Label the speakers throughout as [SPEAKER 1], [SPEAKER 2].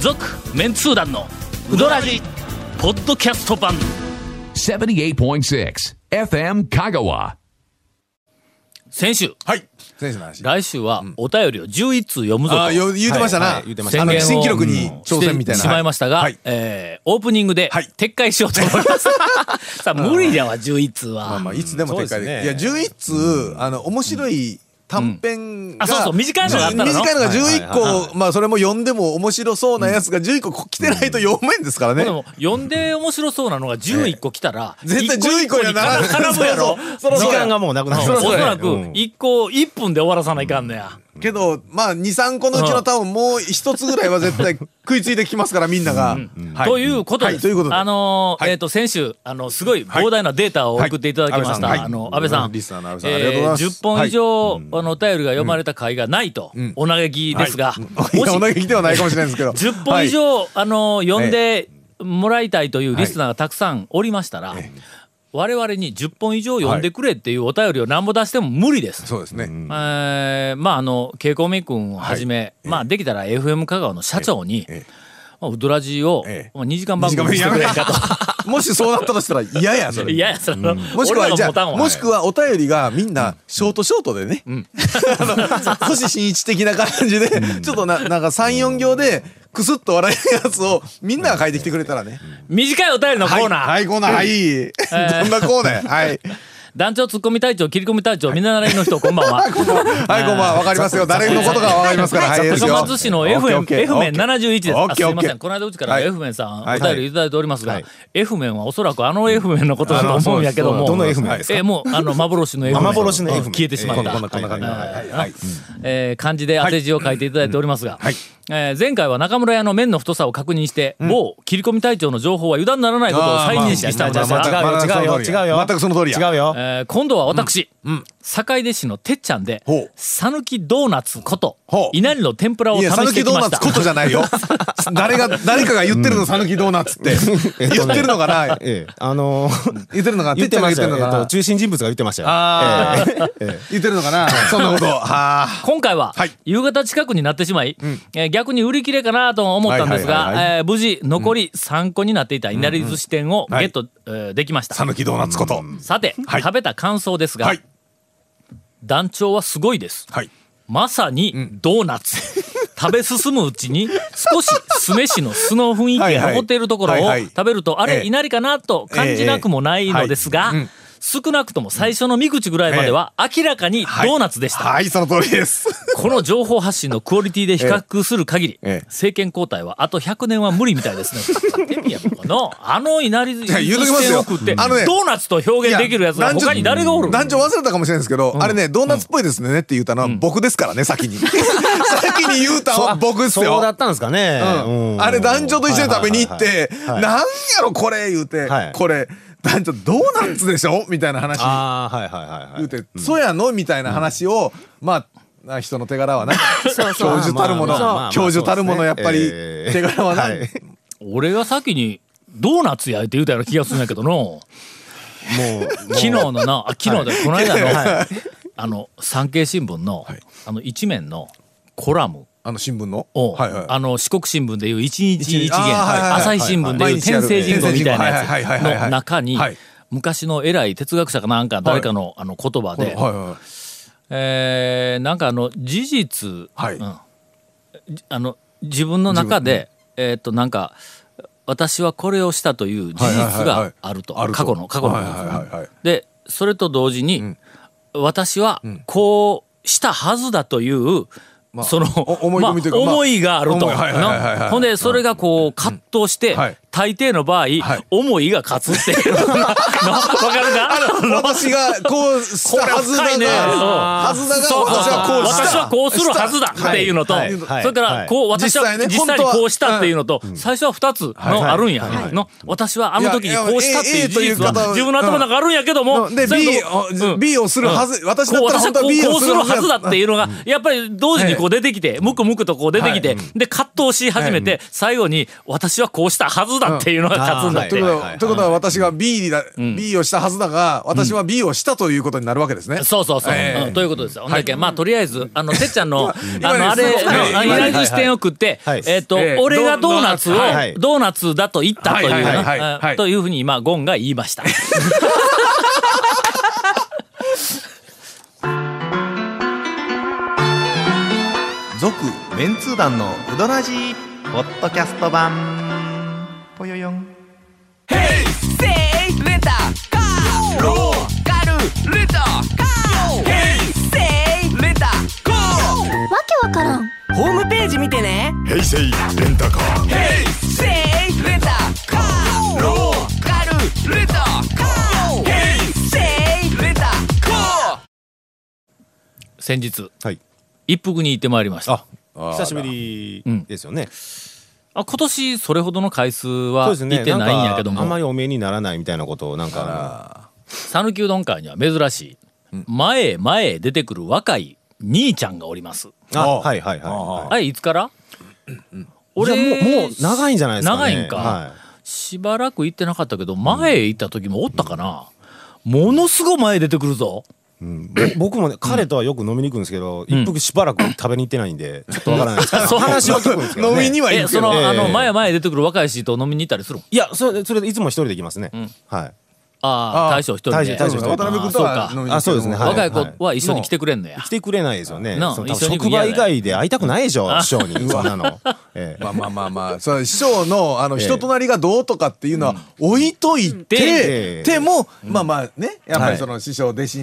[SPEAKER 1] 続メンツー団のウドラジポッドキャスト版
[SPEAKER 2] 78.6 FM Kagawa.
[SPEAKER 1] 先週
[SPEAKER 3] はい。選手の話。
[SPEAKER 1] 来週はお便りを11通読むぞと、
[SPEAKER 3] ああ、よ言うてました
[SPEAKER 4] はい
[SPEAKER 3] な。
[SPEAKER 4] はい言うてました
[SPEAKER 1] 宣
[SPEAKER 3] あの
[SPEAKER 1] 言を
[SPEAKER 3] 新記録に
[SPEAKER 1] うん
[SPEAKER 3] 挑戦みたい
[SPEAKER 1] し
[SPEAKER 3] な。
[SPEAKER 1] てしまいましたが、
[SPEAKER 3] はい。
[SPEAKER 1] えーオープニングで
[SPEAKER 3] はい
[SPEAKER 1] 撤回しようと思い ます、さあ無理だわ11通は、
[SPEAKER 3] まあまあいつでも展開できる。い
[SPEAKER 4] そ
[SPEAKER 3] や
[SPEAKER 4] うで
[SPEAKER 3] 11通あの面白い短編が
[SPEAKER 1] あそうそう短いのがあったの
[SPEAKER 3] 短いのが11
[SPEAKER 4] はいはい
[SPEAKER 3] 個まあそれも読んでも面白そうなやつが11個来てないと読めんですからね
[SPEAKER 1] で。も読んで面白そうなのが11個来たら、
[SPEAKER 3] 絶対11個にはならん
[SPEAKER 1] 絡むやろ
[SPEAKER 3] そうそう
[SPEAKER 4] 時間がもうなくなってます
[SPEAKER 1] おそ
[SPEAKER 4] ね
[SPEAKER 1] らく
[SPEAKER 4] うん
[SPEAKER 1] 1個1分で終わらさないかんのや、
[SPEAKER 3] けどまあ23個のうちの多分もう一つぐらいは絶対食いついてきますからみんなが。
[SPEAKER 1] ということ
[SPEAKER 3] は
[SPEAKER 1] で
[SPEAKER 3] い
[SPEAKER 1] す。
[SPEAKER 3] ということで
[SPEAKER 1] あのー
[SPEAKER 3] はい
[SPEAKER 1] えっ、と先週あのすごい膨大なデータを送っていただきました。
[SPEAKER 3] はい
[SPEAKER 1] あの安倍さん、
[SPEAKER 3] リスナーの安倍さんありがとうご
[SPEAKER 1] え
[SPEAKER 3] ざい
[SPEAKER 1] ー
[SPEAKER 3] ます
[SPEAKER 1] 10本以上、あのお便りが読まれた回がないと、お嘆きですが、
[SPEAKER 3] い やお
[SPEAKER 1] も
[SPEAKER 3] 嘆
[SPEAKER 1] し
[SPEAKER 3] きではないかもしれないですけど。
[SPEAKER 1] 10本以上、あのー読んでもらいたいというリスナーがたくさんおりましたら。我々に10本以上読んでくれっていうお便りを何ぼ出しても無理です。
[SPEAKER 3] そうですね。
[SPEAKER 1] えーまああのケイコミ君をはじめ、まあできたら FM 香川の社長に、
[SPEAKER 3] え
[SPEAKER 1] まあウドラジを、
[SPEAKER 3] ええ
[SPEAKER 1] まあ、2時間番組にして
[SPEAKER 3] や
[SPEAKER 1] く
[SPEAKER 3] め
[SPEAKER 1] れ
[SPEAKER 3] て
[SPEAKER 1] んかと。
[SPEAKER 3] もしそうなったとしたら嫌やそれ。
[SPEAKER 1] いやいや、その、
[SPEAKER 3] もしく
[SPEAKER 1] 俺ら
[SPEAKER 3] は、
[SPEAKER 1] が
[SPEAKER 3] じゃ
[SPEAKER 1] 持たん
[SPEAKER 3] あ、
[SPEAKER 1] わ
[SPEAKER 3] もしくはお便りがみんな、ショートショートでね。 あの、星新一的な感じで、ちょっとな、なんか3、4行で、くすっと笑えるやつをみんなが書いてきてくれたらね。
[SPEAKER 1] 短いお便りのコ
[SPEAKER 3] はい
[SPEAKER 1] ーナー、
[SPEAKER 3] はい、コーナー。はい。どんなコーナーやはい。
[SPEAKER 1] 団長ツッコミ隊長、切り込み隊長、みんななりの人、こんばんは。
[SPEAKER 3] はい、こんばんは。わかりますよ。誰のことかわかりますから。はい、いいです
[SPEAKER 1] 高
[SPEAKER 3] よ
[SPEAKER 1] 松市の
[SPEAKER 3] オッケー
[SPEAKER 1] F
[SPEAKER 3] オッケ
[SPEAKER 1] 面、
[SPEAKER 3] ー
[SPEAKER 1] F 面71です。
[SPEAKER 3] オ
[SPEAKER 1] あ
[SPEAKER 3] ッ
[SPEAKER 1] す
[SPEAKER 3] ケー
[SPEAKER 1] い
[SPEAKER 3] オッ
[SPEAKER 1] ま
[SPEAKER 3] ケー
[SPEAKER 1] せん。この間うちから
[SPEAKER 3] はい
[SPEAKER 1] F 面さん、
[SPEAKER 3] はい
[SPEAKER 1] お便りいただいておりますが、
[SPEAKER 4] はい
[SPEAKER 1] F 面はおそらくあの F 面のことだと思うんやけども、
[SPEAKER 4] あのそうですそうですどの F 面ですか
[SPEAKER 1] えーもう、あの、幻の F 面。
[SPEAKER 4] あ幻の F 面
[SPEAKER 1] うん消えてしまっ
[SPEAKER 4] え
[SPEAKER 1] た。
[SPEAKER 4] ーこんなこんな感じの
[SPEAKER 1] はい
[SPEAKER 3] はいはい
[SPEAKER 1] えー漢字で当て字を書いていただいておりますが、えー前回は中村屋の麺の太さを確認して、某切り込み隊長の情報は油断ならないことを再認識したのですが、
[SPEAKER 4] まあまあ違うよ違うよ違うよ
[SPEAKER 3] 全くその通りや
[SPEAKER 4] 違うよ
[SPEAKER 1] えー今度は私、坂出市のてっちゃんで
[SPEAKER 3] ほう
[SPEAKER 1] 讃岐ドーナツこと
[SPEAKER 3] ほう
[SPEAKER 1] 稲荷の天ぷらを
[SPEAKER 3] い
[SPEAKER 1] 試
[SPEAKER 3] や、さぬ
[SPEAKER 1] し
[SPEAKER 3] き
[SPEAKER 1] てき
[SPEAKER 3] ドー
[SPEAKER 1] ま
[SPEAKER 3] ナ
[SPEAKER 1] し
[SPEAKER 3] ツ
[SPEAKER 1] た
[SPEAKER 3] ことじゃないよ。 誰が、誰かが言ってるの、さぬきドーナツって。言ってるのかな
[SPEAKER 4] ええあのー
[SPEAKER 3] 言ってるのかな
[SPEAKER 4] 言ってましたよ
[SPEAKER 3] てっちゃんが言ってるのか
[SPEAKER 4] え
[SPEAKER 3] な
[SPEAKER 4] っと中心人物が言ってましたよ
[SPEAKER 3] あ
[SPEAKER 4] ええええ
[SPEAKER 3] 言ってるのかなそんなこと。はあ。
[SPEAKER 1] 今回は
[SPEAKER 3] はい
[SPEAKER 1] 夕方近くになってしまい、えー逆に売り切れかなと思ったんです
[SPEAKER 3] はいはいはい
[SPEAKER 1] がえー無事残り3個になっていた稲荷寿司店を
[SPEAKER 3] は
[SPEAKER 1] ゲ
[SPEAKER 3] い
[SPEAKER 1] ットえーできました
[SPEAKER 3] さぬきドーナツこと。
[SPEAKER 1] さて、
[SPEAKER 3] はい
[SPEAKER 1] 食べた感想ですが、
[SPEAKER 3] はい。
[SPEAKER 1] 団長はすごいです
[SPEAKER 3] はい。
[SPEAKER 1] まさにドーナ ツ、食べ進むうちに少し酢飯の酢の雰囲気
[SPEAKER 3] はい
[SPEAKER 1] が
[SPEAKER 3] はい
[SPEAKER 1] 残っているところを
[SPEAKER 3] はいはい
[SPEAKER 1] 食べるとあ
[SPEAKER 3] え
[SPEAKER 1] れ
[SPEAKER 3] え
[SPEAKER 1] 稲荷かなと感じなくもないのですが
[SPEAKER 3] ええはいうん
[SPEAKER 1] 少なくとも最初の三口ぐらいまでは明らかにドーナツでした、
[SPEAKER 3] はい、その通り です。
[SPEAKER 1] この情報発信のクオリティで比較する限り、
[SPEAKER 3] ええ
[SPEAKER 1] 政権交代はあと100年は無理みたいです ね。テピアもこのあの稲荷
[SPEAKER 3] や言うときますよ
[SPEAKER 1] を食って、
[SPEAKER 3] あのね
[SPEAKER 1] ドーナツと表現できるやつは他に誰がおる
[SPEAKER 3] 団長忘れたかもしれないですけど、あれね、ドーナツっぽいですねって言ったのは僕ですからね、先 に。先に言うたのは僕です
[SPEAKER 4] そうだ
[SPEAKER 3] よ。
[SPEAKER 4] ったんですかねうん
[SPEAKER 3] あれ団長と一緒に食べに行っ
[SPEAKER 4] はいはい
[SPEAKER 3] て、なんやろこれ言うて
[SPEAKER 4] はい、
[SPEAKER 3] これ、団長ドーナツでしょみたいな話
[SPEAKER 4] ああはいはいはいはい
[SPEAKER 3] 言うて、そうやのみたいな話を、まあ、な人の手柄はな
[SPEAKER 5] そうそう
[SPEAKER 3] 教授たるもの
[SPEAKER 4] まあまあまあまあ
[SPEAKER 3] 教授たるものやっぱり
[SPEAKER 4] そうですね
[SPEAKER 3] 手柄はな、
[SPEAKER 4] ええ
[SPEAKER 1] 俺が先にドーナツ焼いて言うたような気がするんやけどの
[SPEAKER 4] もう
[SPEAKER 1] 昨日のなあ昨日でこの間の、あの産経新聞の、あの一面のコラム
[SPEAKER 3] あの新聞の
[SPEAKER 1] を、
[SPEAKER 3] はいはい
[SPEAKER 1] あの四国新聞でいう一日一元、
[SPEAKER 3] あーはいはいはい
[SPEAKER 1] 朝日新聞でいう
[SPEAKER 3] 毎日や
[SPEAKER 1] 天
[SPEAKER 3] る
[SPEAKER 1] 聖人口みたいなやつの中に
[SPEAKER 3] はい
[SPEAKER 1] 昔の偉い哲学者かなんか誰かの,、あの言葉で、
[SPEAKER 3] はいはい
[SPEAKER 1] えーなんかあの事実、
[SPEAKER 3] はい
[SPEAKER 1] うんじあの自分の中で、えーっとなんか私はこれをしたという事実があると
[SPEAKER 3] はいはいはいはい
[SPEAKER 1] 過去の過去の、
[SPEAKER 3] はいはいはいはい
[SPEAKER 1] でそれと同時に、私はこうしたはずだという、その
[SPEAKER 3] お思い込みというか
[SPEAKER 1] まあ
[SPEAKER 3] まあ
[SPEAKER 1] 思いがあると、
[SPEAKER 3] 思いはいはいはいはい
[SPEAKER 1] なほんでそれがこう葛藤して、
[SPEAKER 3] はい
[SPEAKER 1] 大抵の場合、
[SPEAKER 3] はい
[SPEAKER 1] 思いが勝つって いうなわかるか
[SPEAKER 3] 私がこうしたはず
[SPEAKER 1] これ深
[SPEAKER 3] だ
[SPEAKER 1] い
[SPEAKER 3] が、
[SPEAKER 1] ね
[SPEAKER 3] はずだが私はこうした
[SPEAKER 1] 私はこうするはずだっていうのと、
[SPEAKER 4] はいはい
[SPEAKER 1] それからこう、
[SPEAKER 3] はい
[SPEAKER 1] 私は
[SPEAKER 3] 実際ね
[SPEAKER 1] 実際にこうしたっていうのと、最初は2つのあるんや、
[SPEAKER 4] はいはいはい
[SPEAKER 1] の私はあの時に
[SPEAKER 3] いやいや
[SPEAKER 1] こうしたっていう事実
[SPEAKER 3] ええええという方
[SPEAKER 1] は
[SPEAKER 3] は
[SPEAKER 1] 自分の頭の中あるんやけども、
[SPEAKER 3] で
[SPEAKER 1] 最後
[SPEAKER 3] B を、
[SPEAKER 1] うん
[SPEAKER 3] B をするはず、私だ
[SPEAKER 1] こう
[SPEAKER 3] ったら
[SPEAKER 1] 私は
[SPEAKER 3] 本当
[SPEAKER 1] こ
[SPEAKER 3] は
[SPEAKER 1] う
[SPEAKER 3] B
[SPEAKER 1] こ
[SPEAKER 3] を
[SPEAKER 1] う
[SPEAKER 3] す
[SPEAKER 1] する
[SPEAKER 3] る
[SPEAKER 1] は
[SPEAKER 3] は
[SPEAKER 1] ず
[SPEAKER 3] ず
[SPEAKER 1] だ
[SPEAKER 3] だ
[SPEAKER 1] っていうのがやっぱり同時にこう出てきてムクムクとこう出てきてで葛藤し始めて最後に私はこうしたはずださんっていうのが勝つんだっ
[SPEAKER 3] と
[SPEAKER 1] て
[SPEAKER 3] い
[SPEAKER 4] は
[SPEAKER 3] う
[SPEAKER 4] い
[SPEAKER 3] こ
[SPEAKER 4] は
[SPEAKER 3] とはということは私が B にだ、B をしたはずだが私は B をしたということになるわけですね。
[SPEAKER 1] そうそうそう、
[SPEAKER 3] ええ
[SPEAKER 1] うんということです。ほんだけ、まあとりあえずあのてっちゃん のあ
[SPEAKER 3] 今
[SPEAKER 1] のあ
[SPEAKER 3] 今
[SPEAKER 1] れ
[SPEAKER 3] ですね
[SPEAKER 1] あの
[SPEAKER 4] はい
[SPEAKER 1] イライラ視点を食って、
[SPEAKER 4] はい
[SPEAKER 1] えっと、
[SPEAKER 3] ええ
[SPEAKER 1] 俺がドーナツを
[SPEAKER 3] ド
[SPEAKER 4] ーナツ
[SPEAKER 1] ドーナツだと言ったという
[SPEAKER 3] はいはいはい
[SPEAKER 1] な
[SPEAKER 3] はいは
[SPEAKER 1] あ
[SPEAKER 3] い
[SPEAKER 1] というふうに今ゴンが言いま した。
[SPEAKER 3] 属
[SPEAKER 5] メンツー団のウドラジーポッドキャスト版ぽよよん
[SPEAKER 6] わけわからん
[SPEAKER 7] ホームページ見てね
[SPEAKER 1] 先日
[SPEAKER 4] はい
[SPEAKER 1] 一服に行ってまいりました。
[SPEAKER 4] あ久しぶりですよね。
[SPEAKER 1] あ今年それほどの回数
[SPEAKER 4] そう
[SPEAKER 1] は
[SPEAKER 4] ですね。
[SPEAKER 1] 行ってないんやけど
[SPEAKER 4] なかあんま
[SPEAKER 1] も、
[SPEAKER 4] りお目にならないみたいなことをなんか
[SPEAKER 1] 讃岐うどん会には珍しい前へ前へ出てくる若い兄ちゃんがおります。
[SPEAKER 4] あのあはいはいはいは
[SPEAKER 1] あれいつから？
[SPEAKER 4] い。いやもうもう長いんじゃないですか
[SPEAKER 1] 長
[SPEAKER 4] ね。
[SPEAKER 1] いんか
[SPEAKER 4] は
[SPEAKER 1] しばらく行ってなかったけど前へ行った時もおったかな、ものすごい前出てくるぞ
[SPEAKER 4] うんぼ 僕もね彼とはよく飲みに行くんですけど、一服しばらく食べに行ってないんでちょっとわからないですけど。
[SPEAKER 1] そう
[SPEAKER 4] 話は聞くんですけど
[SPEAKER 3] 飲
[SPEAKER 4] ね。
[SPEAKER 3] みには行
[SPEAKER 1] え
[SPEAKER 3] くけ
[SPEAKER 1] その、
[SPEAKER 3] ど
[SPEAKER 4] ええ
[SPEAKER 1] あの前へ前へ出てくる若い人と飲みに行ったりするん
[SPEAKER 4] いやそれそれでいつも一人で行きますね。はい。
[SPEAKER 1] ああ
[SPEAKER 3] ああ
[SPEAKER 1] 大将一人で
[SPEAKER 4] 大将大将一人
[SPEAKER 3] 渡辺君と
[SPEAKER 1] ああ
[SPEAKER 3] は
[SPEAKER 1] そうか
[SPEAKER 3] 飲みに行くけど
[SPEAKER 4] あそうですねはい
[SPEAKER 1] 若い子は一緒に来てくれんのや
[SPEAKER 4] 来てくれないですよね。
[SPEAKER 1] なあ
[SPEAKER 4] その多
[SPEAKER 1] 一緒に行くの
[SPEAKER 4] 分職
[SPEAKER 1] 嫌
[SPEAKER 4] 場
[SPEAKER 1] だよ
[SPEAKER 4] 以外で会いたくないでしょ、師匠に。そんなの。え え
[SPEAKER 3] まあまあまあまあ、それは師匠の、あの、人となりがどうとかっていうのは置いといて
[SPEAKER 4] う、ん
[SPEAKER 3] でも、まあまあね、やっぱ
[SPEAKER 4] は
[SPEAKER 3] り
[SPEAKER 4] い
[SPEAKER 3] その師匠、弟子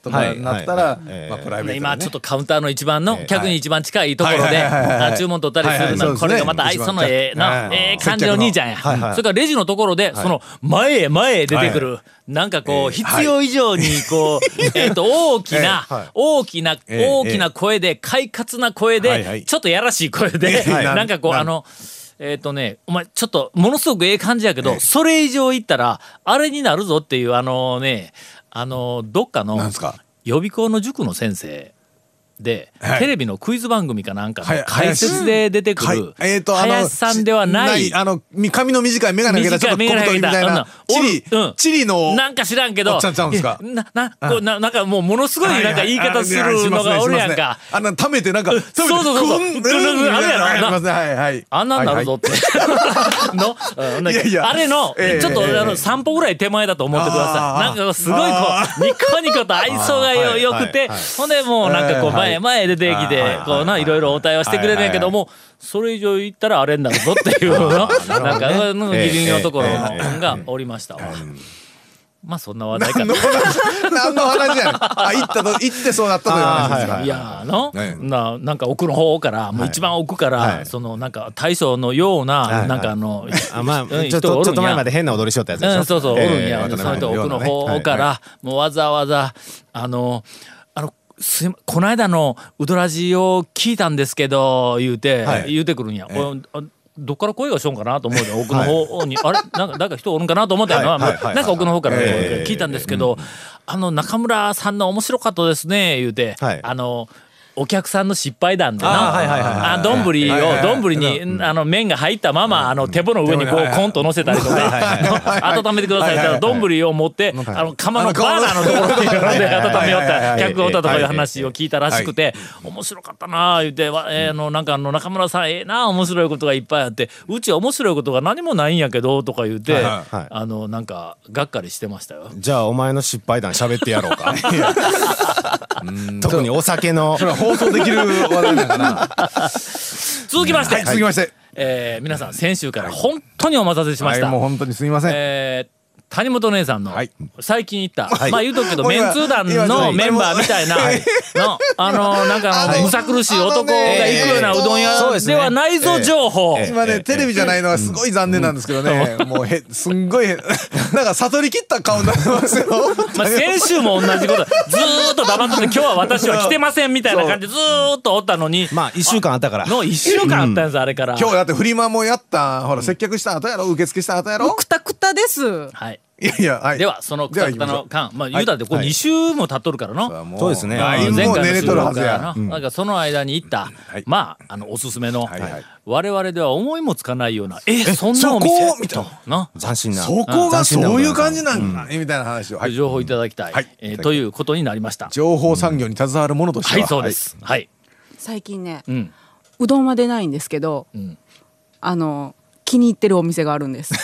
[SPEAKER 3] と
[SPEAKER 4] は
[SPEAKER 3] か
[SPEAKER 4] い
[SPEAKER 3] なったら
[SPEAKER 4] はいえ、え
[SPEAKER 3] まあプライベートでね。
[SPEAKER 1] 今ちょっとカウンターの一番の
[SPEAKER 4] ええ
[SPEAKER 1] 客に一番近いところ
[SPEAKER 3] はい
[SPEAKER 1] で
[SPEAKER 3] はいはいはいはい
[SPEAKER 1] あ注文取ったりする
[SPEAKER 3] はい
[SPEAKER 1] の
[SPEAKER 3] はい
[SPEAKER 1] こ
[SPEAKER 3] そう
[SPEAKER 1] れ
[SPEAKER 3] ですね
[SPEAKER 1] がまた愛想のええな
[SPEAKER 3] 一番
[SPEAKER 1] ええ感じの兄ちゃんやそ
[SPEAKER 4] はいはい
[SPEAKER 1] れからレジのところでその前へ前へ出てくるなんかこう必要以上にこう えっと大 きな大きな
[SPEAKER 3] ええ
[SPEAKER 1] 大きな声で快活な声
[SPEAKER 3] はいは
[SPEAKER 1] で
[SPEAKER 3] い
[SPEAKER 1] ちょっとやらしい声で
[SPEAKER 3] はい
[SPEAKER 1] なんかこう
[SPEAKER 3] なん
[SPEAKER 1] あのえっとねお前ちょっとものすごくええ感じやけどそれ以上言ったらあれになるぞっていうあのねあのどっかの
[SPEAKER 3] なんすか
[SPEAKER 1] 予備校の塾の先生で、
[SPEAKER 3] はい
[SPEAKER 1] テレビのクイズ番組かなんか
[SPEAKER 3] は
[SPEAKER 1] の
[SPEAKER 3] い
[SPEAKER 1] 解説で出てくる
[SPEAKER 3] はいえーとあの
[SPEAKER 1] 林さんではない
[SPEAKER 3] しあのみ髪の短い眼鏡かけたちょっと
[SPEAKER 1] 短い眼
[SPEAKER 3] 小太り
[SPEAKER 1] 鏡
[SPEAKER 3] みたいな
[SPEAKER 1] うん
[SPEAKER 3] チリ、
[SPEAKER 1] うん
[SPEAKER 3] チリの
[SPEAKER 1] なんか知らんけ
[SPEAKER 3] お
[SPEAKER 1] ど
[SPEAKER 3] っちゃんちゃうんすか
[SPEAKER 1] いやななこうななんかもうものすごいなんか言い方す
[SPEAKER 3] はいはい
[SPEAKER 1] るのがおるやんか。
[SPEAKER 3] あのためてなんかためて
[SPEAKER 1] そうそうそうそう
[SPEAKER 3] こん
[SPEAKER 1] ぐるぐる
[SPEAKER 3] うん
[SPEAKER 1] あるやろ
[SPEAKER 3] はい
[SPEAKER 1] な
[SPEAKER 3] ありますねはいはい
[SPEAKER 1] あんなんなるぞって。の、うんなんか
[SPEAKER 3] いやいや
[SPEAKER 1] あれの、
[SPEAKER 3] ええ
[SPEAKER 1] ちょっと、
[SPEAKER 3] ええ
[SPEAKER 1] あの、散歩ぐらい手前だと思ってくだ
[SPEAKER 3] あ
[SPEAKER 1] さい。な
[SPEAKER 3] ー
[SPEAKER 1] んかこうすごいこ
[SPEAKER 3] あ
[SPEAKER 1] う、ニコニコと愛想がよ
[SPEAKER 4] はい
[SPEAKER 1] よくて
[SPEAKER 4] はいはい、
[SPEAKER 1] ほんでもうなんかこう、
[SPEAKER 3] ええはい
[SPEAKER 1] 前へ前へ出てき
[SPEAKER 4] はい
[SPEAKER 1] て
[SPEAKER 4] は、い
[SPEAKER 1] こうな、いろいろ応対はしてくれるんやけども、それ以上言ったらあれになるぞっていうの、なんか、うんギリギリのところ
[SPEAKER 4] ええええ
[SPEAKER 1] がおりましたわ。まあそんな話題か
[SPEAKER 3] 何の
[SPEAKER 1] な。
[SPEAKER 3] 話 何の話やねんあ行ったと行ってそうなったという話ですよ
[SPEAKER 4] はい
[SPEAKER 1] いやーの、
[SPEAKER 3] ええ
[SPEAKER 1] ななんか奥の方からもう一番奥から、
[SPEAKER 4] はい
[SPEAKER 1] そのなんか大将のような、
[SPEAKER 4] はい
[SPEAKER 1] なんかあの、
[SPEAKER 4] あま あ、
[SPEAKER 1] うん
[SPEAKER 4] ちょっ
[SPEAKER 1] 人
[SPEAKER 4] と
[SPEAKER 1] がお
[SPEAKER 4] ち
[SPEAKER 1] るんや
[SPEAKER 4] ょっと前まで変な踊りしよったやつでしょ。
[SPEAKER 1] うん、そうそう、お
[SPEAKER 4] ええ
[SPEAKER 1] るんや、
[SPEAKER 3] 渡辺
[SPEAKER 1] それと
[SPEAKER 3] のよ
[SPEAKER 1] 奥
[SPEAKER 3] うな
[SPEAKER 1] の
[SPEAKER 3] ね
[SPEAKER 1] 方から、もうわざわざあのあのすいまこの間のウドラジを聞いたんですけど言うて、
[SPEAKER 4] はい
[SPEAKER 1] 言うてくるんや、おいあどっから声がしょんかなと思うて奥の方 に、あれなんかなんか人おるんかなと思ったよな、
[SPEAKER 4] はいはいはい
[SPEAKER 1] まあ
[SPEAKER 4] はい
[SPEAKER 1] なんか奥の方から声が
[SPEAKER 4] ええ
[SPEAKER 1] 聞いたんですけど、あの中村さんの面白かったですね言うて、
[SPEAKER 4] はい
[SPEAKER 1] あのお客さんの失敗談で
[SPEAKER 4] あはいはいはいはい
[SPEAKER 1] なあ丼を
[SPEAKER 3] はいはいはい
[SPEAKER 1] 丼にあの麺が入ったままあの手棒の上にこ
[SPEAKER 3] はいうはい
[SPEAKER 1] コンと乗せたりとか温めてくださいって言ったら丼を持ってあの釜のバーナーのところに並んで温めよった客がおったとかいう話を聞いたらしくて面白かったなあ言ってわえーあのなんかあの中村さんええなあ面白いことがいっぱいあってうちは面白いことが何もないんやけどとか言って
[SPEAKER 3] はいは
[SPEAKER 1] あのなんかがっかりしてましたよ。
[SPEAKER 4] じゃあお前の失敗談喋ってやろ うか。特にお酒の。
[SPEAKER 3] それは放送できる話題なんかな
[SPEAKER 1] 続きまして、
[SPEAKER 3] 続きまして
[SPEAKER 1] えー皆さん先週から本当にお待たせしました。
[SPEAKER 3] はいもう本当にすみません
[SPEAKER 1] えー谷本姉さんの
[SPEAKER 3] はい
[SPEAKER 1] 最近行った、
[SPEAKER 4] い
[SPEAKER 1] まあ言うとくけど
[SPEAKER 3] もう
[SPEAKER 1] メ
[SPEAKER 3] 今
[SPEAKER 1] ンツー団
[SPEAKER 3] 今
[SPEAKER 1] の
[SPEAKER 3] 今
[SPEAKER 1] メンバーみたいなのあのなんかあの
[SPEAKER 3] あの
[SPEAKER 1] むさ苦しい男が行くような
[SPEAKER 3] あのね
[SPEAKER 1] うどん
[SPEAKER 3] そう
[SPEAKER 1] 屋
[SPEAKER 4] です
[SPEAKER 1] で
[SPEAKER 4] ね
[SPEAKER 1] はないぞ情報。
[SPEAKER 4] ええ
[SPEAKER 3] 今ねテレビじゃないのはすごい残念なんですけどねもうへすんごいへ なんか悟り切った顔になってますよ
[SPEAKER 1] まあ、先週も同じことずーっと黙ってて今日は私は来てませんみたいな感じでずーっとおったのに
[SPEAKER 4] まあ、一週間あっ たから。
[SPEAKER 1] の1週間あったんですあれから。
[SPEAKER 3] 今日だってフリマもやったほら接客した後やろ受付した後やろ
[SPEAKER 7] くたくたです
[SPEAKER 1] はい
[SPEAKER 3] いやいや、はい。
[SPEAKER 1] ではその
[SPEAKER 3] では
[SPEAKER 1] 草
[SPEAKER 3] 行き
[SPEAKER 1] 北
[SPEAKER 3] ましょ
[SPEAKER 1] の間まあ言うたってこう
[SPEAKER 3] はい
[SPEAKER 1] 2週も経っとるからの、
[SPEAKER 3] う
[SPEAKER 4] そうですね
[SPEAKER 3] だいぶ
[SPEAKER 1] 前
[SPEAKER 3] もう
[SPEAKER 1] 回の
[SPEAKER 3] 寝れ
[SPEAKER 1] 収
[SPEAKER 3] とるは
[SPEAKER 1] 録
[SPEAKER 3] ず
[SPEAKER 1] からな
[SPEAKER 3] や。
[SPEAKER 1] なんかその間に行った、
[SPEAKER 3] はい
[SPEAKER 1] まああのおすすめの、
[SPEAKER 3] はいはい
[SPEAKER 1] 我々では思いもつかないようなえそんな
[SPEAKER 3] そこ
[SPEAKER 1] お店
[SPEAKER 3] みたいな
[SPEAKER 1] とな
[SPEAKER 4] 斬新な
[SPEAKER 3] そこが
[SPEAKER 4] 斬新な
[SPEAKER 3] そういう感じなんだねみたいな話を。はい
[SPEAKER 1] 情報いただきたい、
[SPEAKER 3] はい
[SPEAKER 1] えーということになりました。
[SPEAKER 3] 情報産業に携わるものとして
[SPEAKER 1] は
[SPEAKER 3] は。
[SPEAKER 1] いそうで。す。はい。
[SPEAKER 8] 最近ね、う
[SPEAKER 1] うん。
[SPEAKER 8] どんは出ないんですけど、
[SPEAKER 1] ん
[SPEAKER 8] あの気に入ってるお店がある んです。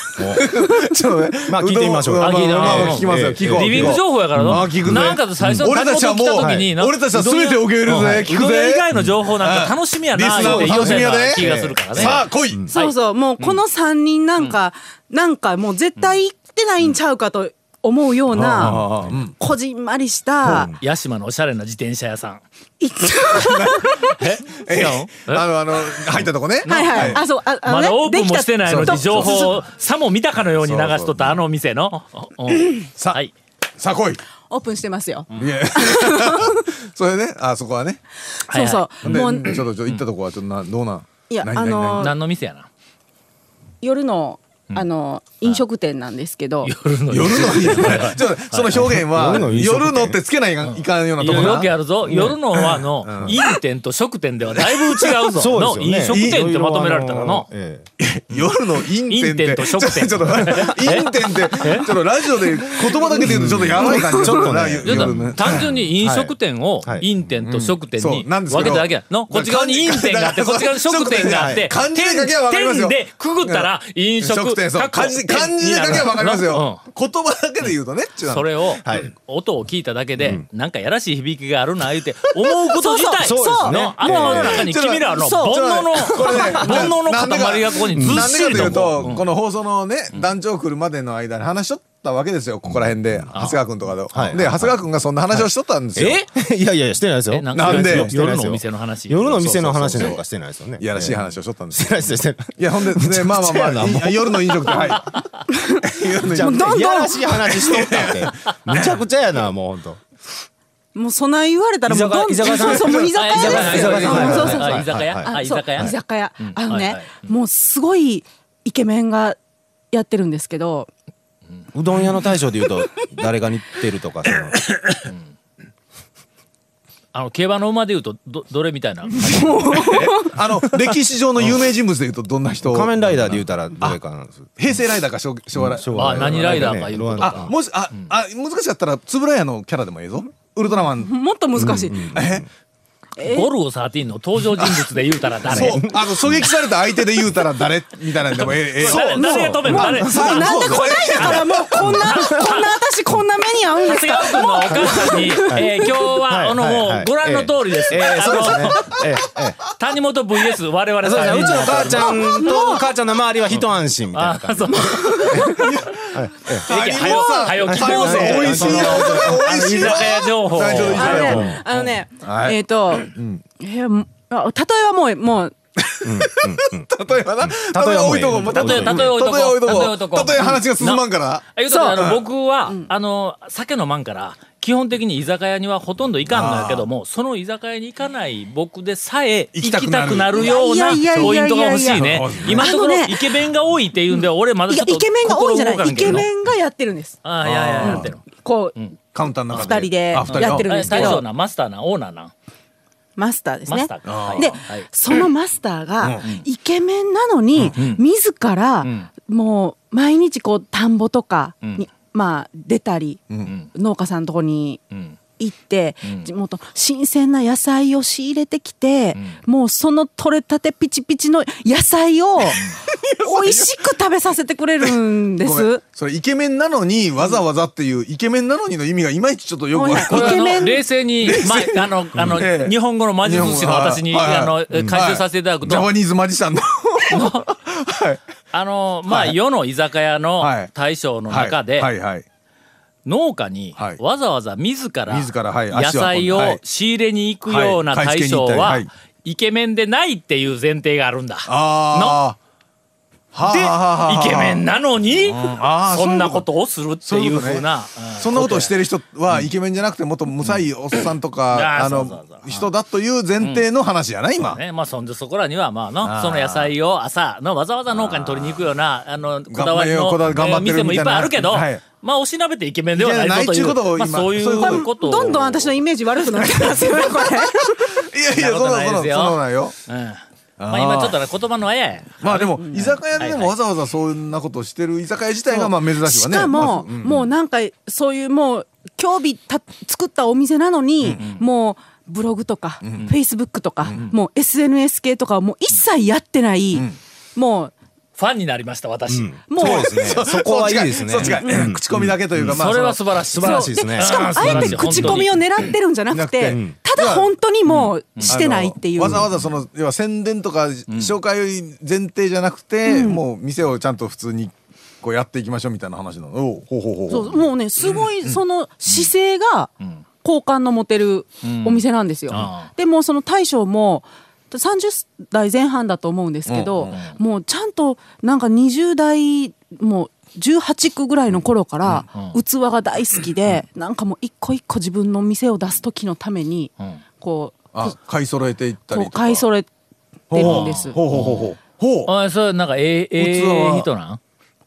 [SPEAKER 3] ちょっとね。
[SPEAKER 4] まあ聞いてみましょう
[SPEAKER 3] どん
[SPEAKER 1] あ聞いてみましょう
[SPEAKER 3] まあまあ聞きますよ。
[SPEAKER 4] ええ
[SPEAKER 3] 聞こう。
[SPEAKER 1] リビング
[SPEAKER 3] 聞こう
[SPEAKER 1] 情報やからな。
[SPEAKER 3] あ聞くぜ
[SPEAKER 1] なんか最初、
[SPEAKER 3] 俺たちはもう
[SPEAKER 1] 谷本来た時にな
[SPEAKER 3] 俺たちは全て受け入れ
[SPEAKER 1] う
[SPEAKER 3] るぜ
[SPEAKER 1] どん屋
[SPEAKER 3] 聞くぜ
[SPEAKER 1] うどん屋以外の情報なんか楽しみや
[SPEAKER 3] リ
[SPEAKER 1] な、
[SPEAKER 3] ス
[SPEAKER 1] って
[SPEAKER 3] ナーも
[SPEAKER 1] 言う
[SPEAKER 3] 楽しみや
[SPEAKER 1] ような
[SPEAKER 3] で。
[SPEAKER 1] 気がするからね。
[SPEAKER 3] さあ来い。
[SPEAKER 8] そうそう、もうこの三人なんか、なんかもう絶対行ってないんちゃうかと思うよう
[SPEAKER 3] あ
[SPEAKER 8] な、
[SPEAKER 3] あうん
[SPEAKER 8] こじんまりした、
[SPEAKER 1] 屋島のおしゃれな自転車屋さん。
[SPEAKER 8] い
[SPEAKER 1] え違うのえ
[SPEAKER 3] あのあの入ったとこね。
[SPEAKER 8] はいはい、あ、そう、あ、あの
[SPEAKER 1] ま
[SPEAKER 8] ね
[SPEAKER 1] だオープンもしてないの
[SPEAKER 8] で
[SPEAKER 1] に
[SPEAKER 8] きた
[SPEAKER 1] 情
[SPEAKER 8] そう
[SPEAKER 1] 報をさも見たかのように流しとったあのお店の。うん
[SPEAKER 3] さ
[SPEAKER 1] はい。
[SPEAKER 3] さあ来い。
[SPEAKER 8] オープンしてますよ。
[SPEAKER 3] いや それね、あそこはね。
[SPEAKER 1] はいはい
[SPEAKER 8] そうそう、
[SPEAKER 3] で、ち
[SPEAKER 8] も
[SPEAKER 3] ょ
[SPEAKER 8] う
[SPEAKER 3] っとちょっと行ったとこはちょっとなどうなん。
[SPEAKER 8] いや
[SPEAKER 3] 何
[SPEAKER 8] あの
[SPEAKER 3] 何
[SPEAKER 1] 何の店やな。
[SPEAKER 8] 夜の、あの飲食店なんですけど、
[SPEAKER 3] 何夜の いやちょっとその表現は
[SPEAKER 4] 夜の飲食店
[SPEAKER 3] 夜のってつけないかんいかんようないと
[SPEAKER 1] や
[SPEAKER 3] こな。
[SPEAKER 1] よくやるぞ。夜のはの、飲店と食店ではだいぶ違うぞ。
[SPEAKER 4] そう
[SPEAKER 1] の
[SPEAKER 4] ですよね
[SPEAKER 1] 飲食店ってまとめられたらの。
[SPEAKER 4] ええ
[SPEAKER 3] 夜の飲店って
[SPEAKER 1] 飲店と食店
[SPEAKER 3] ちょ っとちょっと飲店ってちょっとラジオで言葉だけで言うとちょっとやばい感じ
[SPEAKER 4] ちょっとね
[SPEAKER 3] な
[SPEAKER 1] ちょっと
[SPEAKER 3] 夜の
[SPEAKER 1] 単純に飲食店を
[SPEAKER 4] はい
[SPEAKER 1] 飲店と食店
[SPEAKER 3] そう
[SPEAKER 1] に
[SPEAKER 3] なん
[SPEAKER 1] 分
[SPEAKER 3] ですけど
[SPEAKER 1] けただけやのこっち側に飲店があって
[SPEAKER 3] だか
[SPEAKER 1] こ
[SPEAKER 3] ら
[SPEAKER 1] っち側に食店があって
[SPEAKER 3] 漢字で書けばわかります
[SPEAKER 1] 店
[SPEAKER 3] よ
[SPEAKER 1] でくぐったら飲食
[SPEAKER 3] 食店そう
[SPEAKER 1] かっ
[SPEAKER 3] 漢
[SPEAKER 1] こ
[SPEAKER 3] 字漢字で書けばわかりますよ
[SPEAKER 1] の。
[SPEAKER 3] 言葉だけで言うとね。
[SPEAKER 1] うんそれを
[SPEAKER 4] はい
[SPEAKER 1] 音を聞いただけでなんかやらしい響きがあるな言うて思うこと自体
[SPEAKER 4] そうそうそう
[SPEAKER 1] の頭の中に君らの煩悩の煩悩の塊がここにずっ
[SPEAKER 3] なんで
[SPEAKER 1] し
[SPEAKER 3] か
[SPEAKER 1] り
[SPEAKER 3] という
[SPEAKER 1] と
[SPEAKER 3] と、この放送のね、団長来るまでの間に話しとったわけですよ、ここら辺で、長谷川君とかと。
[SPEAKER 4] はい
[SPEAKER 3] で、長谷川君がそんな話をしとったんですよ。
[SPEAKER 1] え
[SPEAKER 4] いやいやいやしてないですよ
[SPEAKER 1] えなん
[SPEAKER 3] かなんで
[SPEAKER 1] 夜のお店の話
[SPEAKER 4] 夜のお店の話なんかしてないですよね
[SPEAKER 3] いやらしい話をしとったんです
[SPEAKER 4] し
[SPEAKER 3] よ。
[SPEAKER 4] てないですよ
[SPEAKER 3] いや、ほん で、ね、まあまあまあいや、夜の飲食店、はい。夜の飲
[SPEAKER 4] じ
[SPEAKER 3] 食
[SPEAKER 4] ゃ
[SPEAKER 3] 店
[SPEAKER 4] あ
[SPEAKER 8] どんどん
[SPEAKER 4] いやらしい話しとったってむちゃくちゃやなもうほんと
[SPEAKER 8] もうそない言われたらもうどん
[SPEAKER 4] 居酒屋居酒屋さん
[SPEAKER 8] そうそうもう居酒
[SPEAKER 1] あ
[SPEAKER 8] 屋ですよ。
[SPEAKER 4] 居酒屋さん
[SPEAKER 8] うんそうそうそう。
[SPEAKER 1] あ居酒屋
[SPEAKER 4] はい
[SPEAKER 1] あ
[SPEAKER 8] あ
[SPEAKER 1] 居
[SPEAKER 8] そう
[SPEAKER 1] 酒屋
[SPEAKER 8] 居酒屋
[SPEAKER 1] うん
[SPEAKER 8] あのね、
[SPEAKER 1] はいはい
[SPEAKER 8] もうすごいイケメンがやってるんですけど
[SPEAKER 4] うどん屋の大将で言うと誰が似てるとかその
[SPEAKER 1] あの競馬の馬で言うとどどれみたいな
[SPEAKER 3] あの、歴史上の有名人物で言うと、どんな人
[SPEAKER 4] 仮面ライダーで言うたらどれかなんです
[SPEAKER 3] 平成ライダーか昭昭和ライダー。
[SPEAKER 4] 昭和
[SPEAKER 1] あ何ライダーかいうこと
[SPEAKER 3] あ、もし、あ、あ、難しかったら、円谷のキャラでもいいぞ。ウルトラマン。
[SPEAKER 8] もっと難しい、
[SPEAKER 3] え
[SPEAKER 1] ゴルゴ13の登場人物で言うたら誰
[SPEAKER 3] そう、あの、狙撃された相手で言うたら誰みたいなんでもええ、 ええ。
[SPEAKER 1] 誰誰が止めるの誰
[SPEAKER 3] そう
[SPEAKER 8] あなんで
[SPEAKER 3] そう
[SPEAKER 8] こないだからもうこんなこんな私こんな目に遭うん
[SPEAKER 1] 長
[SPEAKER 8] です
[SPEAKER 1] 谷川
[SPEAKER 8] か
[SPEAKER 1] 君のお母さんに、えー今日は、あの、
[SPEAKER 4] はい
[SPEAKER 1] も
[SPEAKER 4] は
[SPEAKER 1] う
[SPEAKER 4] い
[SPEAKER 1] ご覧の通りです。
[SPEAKER 4] ええええ
[SPEAKER 1] あ
[SPEAKER 4] そうですね
[SPEAKER 1] の、
[SPEAKER 4] ええええ
[SPEAKER 1] 谷本 VS 我々
[SPEAKER 4] そうです
[SPEAKER 1] 三
[SPEAKER 4] ね、
[SPEAKER 1] 人
[SPEAKER 4] うちの母ちゃん と母ちゃんの周りは一安心みたいな
[SPEAKER 1] あ
[SPEAKER 4] 感、じ。
[SPEAKER 1] そう。
[SPEAKER 3] あり
[SPEAKER 1] 早よ
[SPEAKER 3] さん
[SPEAKER 1] 早起き
[SPEAKER 3] 谷本さん
[SPEAKER 1] 早起き
[SPEAKER 3] 美味しいよ、美味し
[SPEAKER 1] 居
[SPEAKER 3] い
[SPEAKER 1] 酒
[SPEAKER 3] よ。
[SPEAKER 1] 屋情報。
[SPEAKER 3] 大丈夫
[SPEAKER 8] あ
[SPEAKER 3] 大
[SPEAKER 8] の
[SPEAKER 3] 丈夫
[SPEAKER 8] ねあのね、えっ、と、えーあ例えはもうもう
[SPEAKER 3] 例えばな、例え置いとこう、
[SPEAKER 1] 例え、例え置いとこ
[SPEAKER 3] 例え置いと
[SPEAKER 1] う。例え置いと
[SPEAKER 3] こ
[SPEAKER 1] こ
[SPEAKER 3] う。例え話が進まん
[SPEAKER 1] ら。
[SPEAKER 3] から。
[SPEAKER 1] あいうことで、あの、僕は、あの、酒のまんから、基本的に居酒屋にはほとんど行かんのやけども、その居酒屋に行かない僕でさえ行
[SPEAKER 3] 行き
[SPEAKER 1] きた
[SPEAKER 3] たくなる
[SPEAKER 1] くなるようない
[SPEAKER 8] やいやいやいやいや
[SPEAKER 1] ポイントが欲しいね
[SPEAKER 3] そうです。ね
[SPEAKER 1] 今のところ
[SPEAKER 8] あのね
[SPEAKER 1] イケメンが多いっていうんで、俺まだ
[SPEAKER 8] い
[SPEAKER 1] ちょ
[SPEAKER 8] や
[SPEAKER 1] っと
[SPEAKER 8] イケメンが多いんじゃ
[SPEAKER 1] 心動
[SPEAKER 8] ない
[SPEAKER 1] か
[SPEAKER 8] イ
[SPEAKER 1] んけど
[SPEAKER 8] ケ
[SPEAKER 1] の
[SPEAKER 8] メンがやってるんです
[SPEAKER 1] ああ、いやいや、やってる。
[SPEAKER 8] こう、
[SPEAKER 3] カウンターの中で。
[SPEAKER 8] 二人で
[SPEAKER 3] あ二人
[SPEAKER 8] やってるんですけど
[SPEAKER 1] あ大将なマスターなオーナーな
[SPEAKER 8] マスターです
[SPEAKER 1] マ
[SPEAKER 8] ね
[SPEAKER 1] スターか
[SPEAKER 8] で、
[SPEAKER 1] はい
[SPEAKER 8] そのマスターがイケメンなのに、自ら
[SPEAKER 1] ん
[SPEAKER 8] もう毎日こう田んぼとかに、
[SPEAKER 1] うん
[SPEAKER 8] まあ出たり、
[SPEAKER 3] ん
[SPEAKER 8] 農家さんのとこに
[SPEAKER 1] うん
[SPEAKER 8] 行って、
[SPEAKER 1] うん
[SPEAKER 8] 地元新鮮な野菜を仕入れてきて、もうその取れたてピチピチの野菜を 美味しく食べさせてくれるんで
[SPEAKER 3] ごめん
[SPEAKER 8] す。
[SPEAKER 3] それイケメンなのにわざわざっていうイケメンなのにの意味がいまいちちょっとよくわから
[SPEAKER 8] ごめん
[SPEAKER 1] こ
[SPEAKER 3] ない
[SPEAKER 1] れ
[SPEAKER 8] イケメ
[SPEAKER 1] あの
[SPEAKER 8] ン
[SPEAKER 1] 冷静に、まあ、あの、あの、
[SPEAKER 3] ええ
[SPEAKER 1] 日本語の魔術師の私に、
[SPEAKER 3] 日本語
[SPEAKER 1] あの、
[SPEAKER 3] はいはい
[SPEAKER 1] 解説させていただく
[SPEAKER 3] ジ
[SPEAKER 1] と、
[SPEAKER 3] ャパニーズマジシャンの
[SPEAKER 1] あの、まあ、世の居酒屋の
[SPEAKER 3] はい
[SPEAKER 1] 大将の 中で、
[SPEAKER 3] はいはいはい
[SPEAKER 1] 農家に
[SPEAKER 3] はい
[SPEAKER 1] わざわざ自ら、
[SPEAKER 3] 自らはい
[SPEAKER 1] 野
[SPEAKER 3] 足を運ん
[SPEAKER 1] 菜
[SPEAKER 3] では
[SPEAKER 1] を
[SPEAKER 3] い
[SPEAKER 1] 仕入れに行くような
[SPEAKER 3] はい買い
[SPEAKER 1] 大
[SPEAKER 3] 付けに
[SPEAKER 1] 将
[SPEAKER 3] 行ったり
[SPEAKER 1] は、
[SPEAKER 3] はい
[SPEAKER 1] イケメンでないっていう前提があるんだ。
[SPEAKER 3] あーはあ
[SPEAKER 1] で、
[SPEAKER 3] はあはあはあ
[SPEAKER 1] イケメンなのに、
[SPEAKER 3] あー
[SPEAKER 1] そんなことをするっていう
[SPEAKER 3] そういうことね
[SPEAKER 1] ふうな。うん
[SPEAKER 3] そんなことをしてる人はイケメンじゃなくてもっとむさいおっさんとか、
[SPEAKER 1] あー
[SPEAKER 3] あ
[SPEAKER 1] そう
[SPEAKER 3] の
[SPEAKER 1] そうそう
[SPEAKER 3] 人だという前提の話やな、今、
[SPEAKER 1] ね、まあそんでそこらにはまあのその野菜を朝のわざわざ農家に取りに行くようなあのこだわりの
[SPEAKER 3] 頑張れよこだわり頑張ってる
[SPEAKER 1] 店もいっぱいあるけど、
[SPEAKER 3] みたいなはい
[SPEAKER 1] まあおしなべてイケメンではないぞとい
[SPEAKER 3] い
[SPEAKER 1] う
[SPEAKER 3] やないっちゅうことを
[SPEAKER 1] まあ、
[SPEAKER 3] 今
[SPEAKER 1] そうい
[SPEAKER 3] そういう
[SPEAKER 1] うことを
[SPEAKER 8] どんどん私のイメージ悪くなってますよねこれ
[SPEAKER 3] いやいや、そ
[SPEAKER 1] そ
[SPEAKER 3] ん
[SPEAKER 1] んなこと
[SPEAKER 3] な、
[SPEAKER 1] ない
[SPEAKER 3] そんな、
[SPEAKER 1] ですよ
[SPEAKER 3] そんなないよ。
[SPEAKER 1] うんまあ今ちょっとね言葉のあやや
[SPEAKER 3] まあでも、居酒屋で
[SPEAKER 1] は
[SPEAKER 3] で
[SPEAKER 1] いはい
[SPEAKER 3] もわざわざそんなことしてる居酒屋自体がまあ珍しい
[SPEAKER 8] し
[SPEAKER 3] わね。
[SPEAKER 8] か
[SPEAKER 3] ま
[SPEAKER 8] も、
[SPEAKER 3] あうん
[SPEAKER 8] もうなんかそういうもう興味た作ったお店なのに、もうブログとか、フェイスブックとか、もう SNS 系とかはもう一切やってない、もう
[SPEAKER 1] ファンになりました私、
[SPEAKER 8] もう
[SPEAKER 4] そう ですね。そこはいいですね。
[SPEAKER 3] そっちが、口コミだけというか、まあ。
[SPEAKER 1] それは
[SPEAKER 3] そ
[SPEAKER 1] 素晴らしい
[SPEAKER 4] 素晴らしいですね。
[SPEAKER 8] しかも
[SPEAKER 1] あー素晴
[SPEAKER 8] あ
[SPEAKER 1] ら
[SPEAKER 8] え
[SPEAKER 1] しい
[SPEAKER 8] て口コミを狙ってるんじゃなくて
[SPEAKER 3] 本
[SPEAKER 8] ただ本当にもうしてないっていう
[SPEAKER 3] あのわざわざその、要は宣伝とか、紹介前提じゃなくて、もう店をちゃんと普通に、こうやっていきましょうみたいな話なの。おうほうほうほうほ。
[SPEAKER 8] そううもうねすごいその姿勢が好感の持てるお店なんですよ。
[SPEAKER 1] あ
[SPEAKER 8] でもうその大将も30代前半だと思うんですけど、もうちゃんとなんか20代もう18区ぐらいの頃から器が大好きで、なんかもう一個一個自分の店を出す時のために
[SPEAKER 1] ん
[SPEAKER 8] こう、
[SPEAKER 3] あ、買い揃えていったり
[SPEAKER 8] こう
[SPEAKER 3] とか。
[SPEAKER 8] 買い揃えてるんです。
[SPEAKER 3] ほうほうほうほう。ほう。
[SPEAKER 1] あそれなんかえええ
[SPEAKER 3] 器は
[SPEAKER 1] え人なん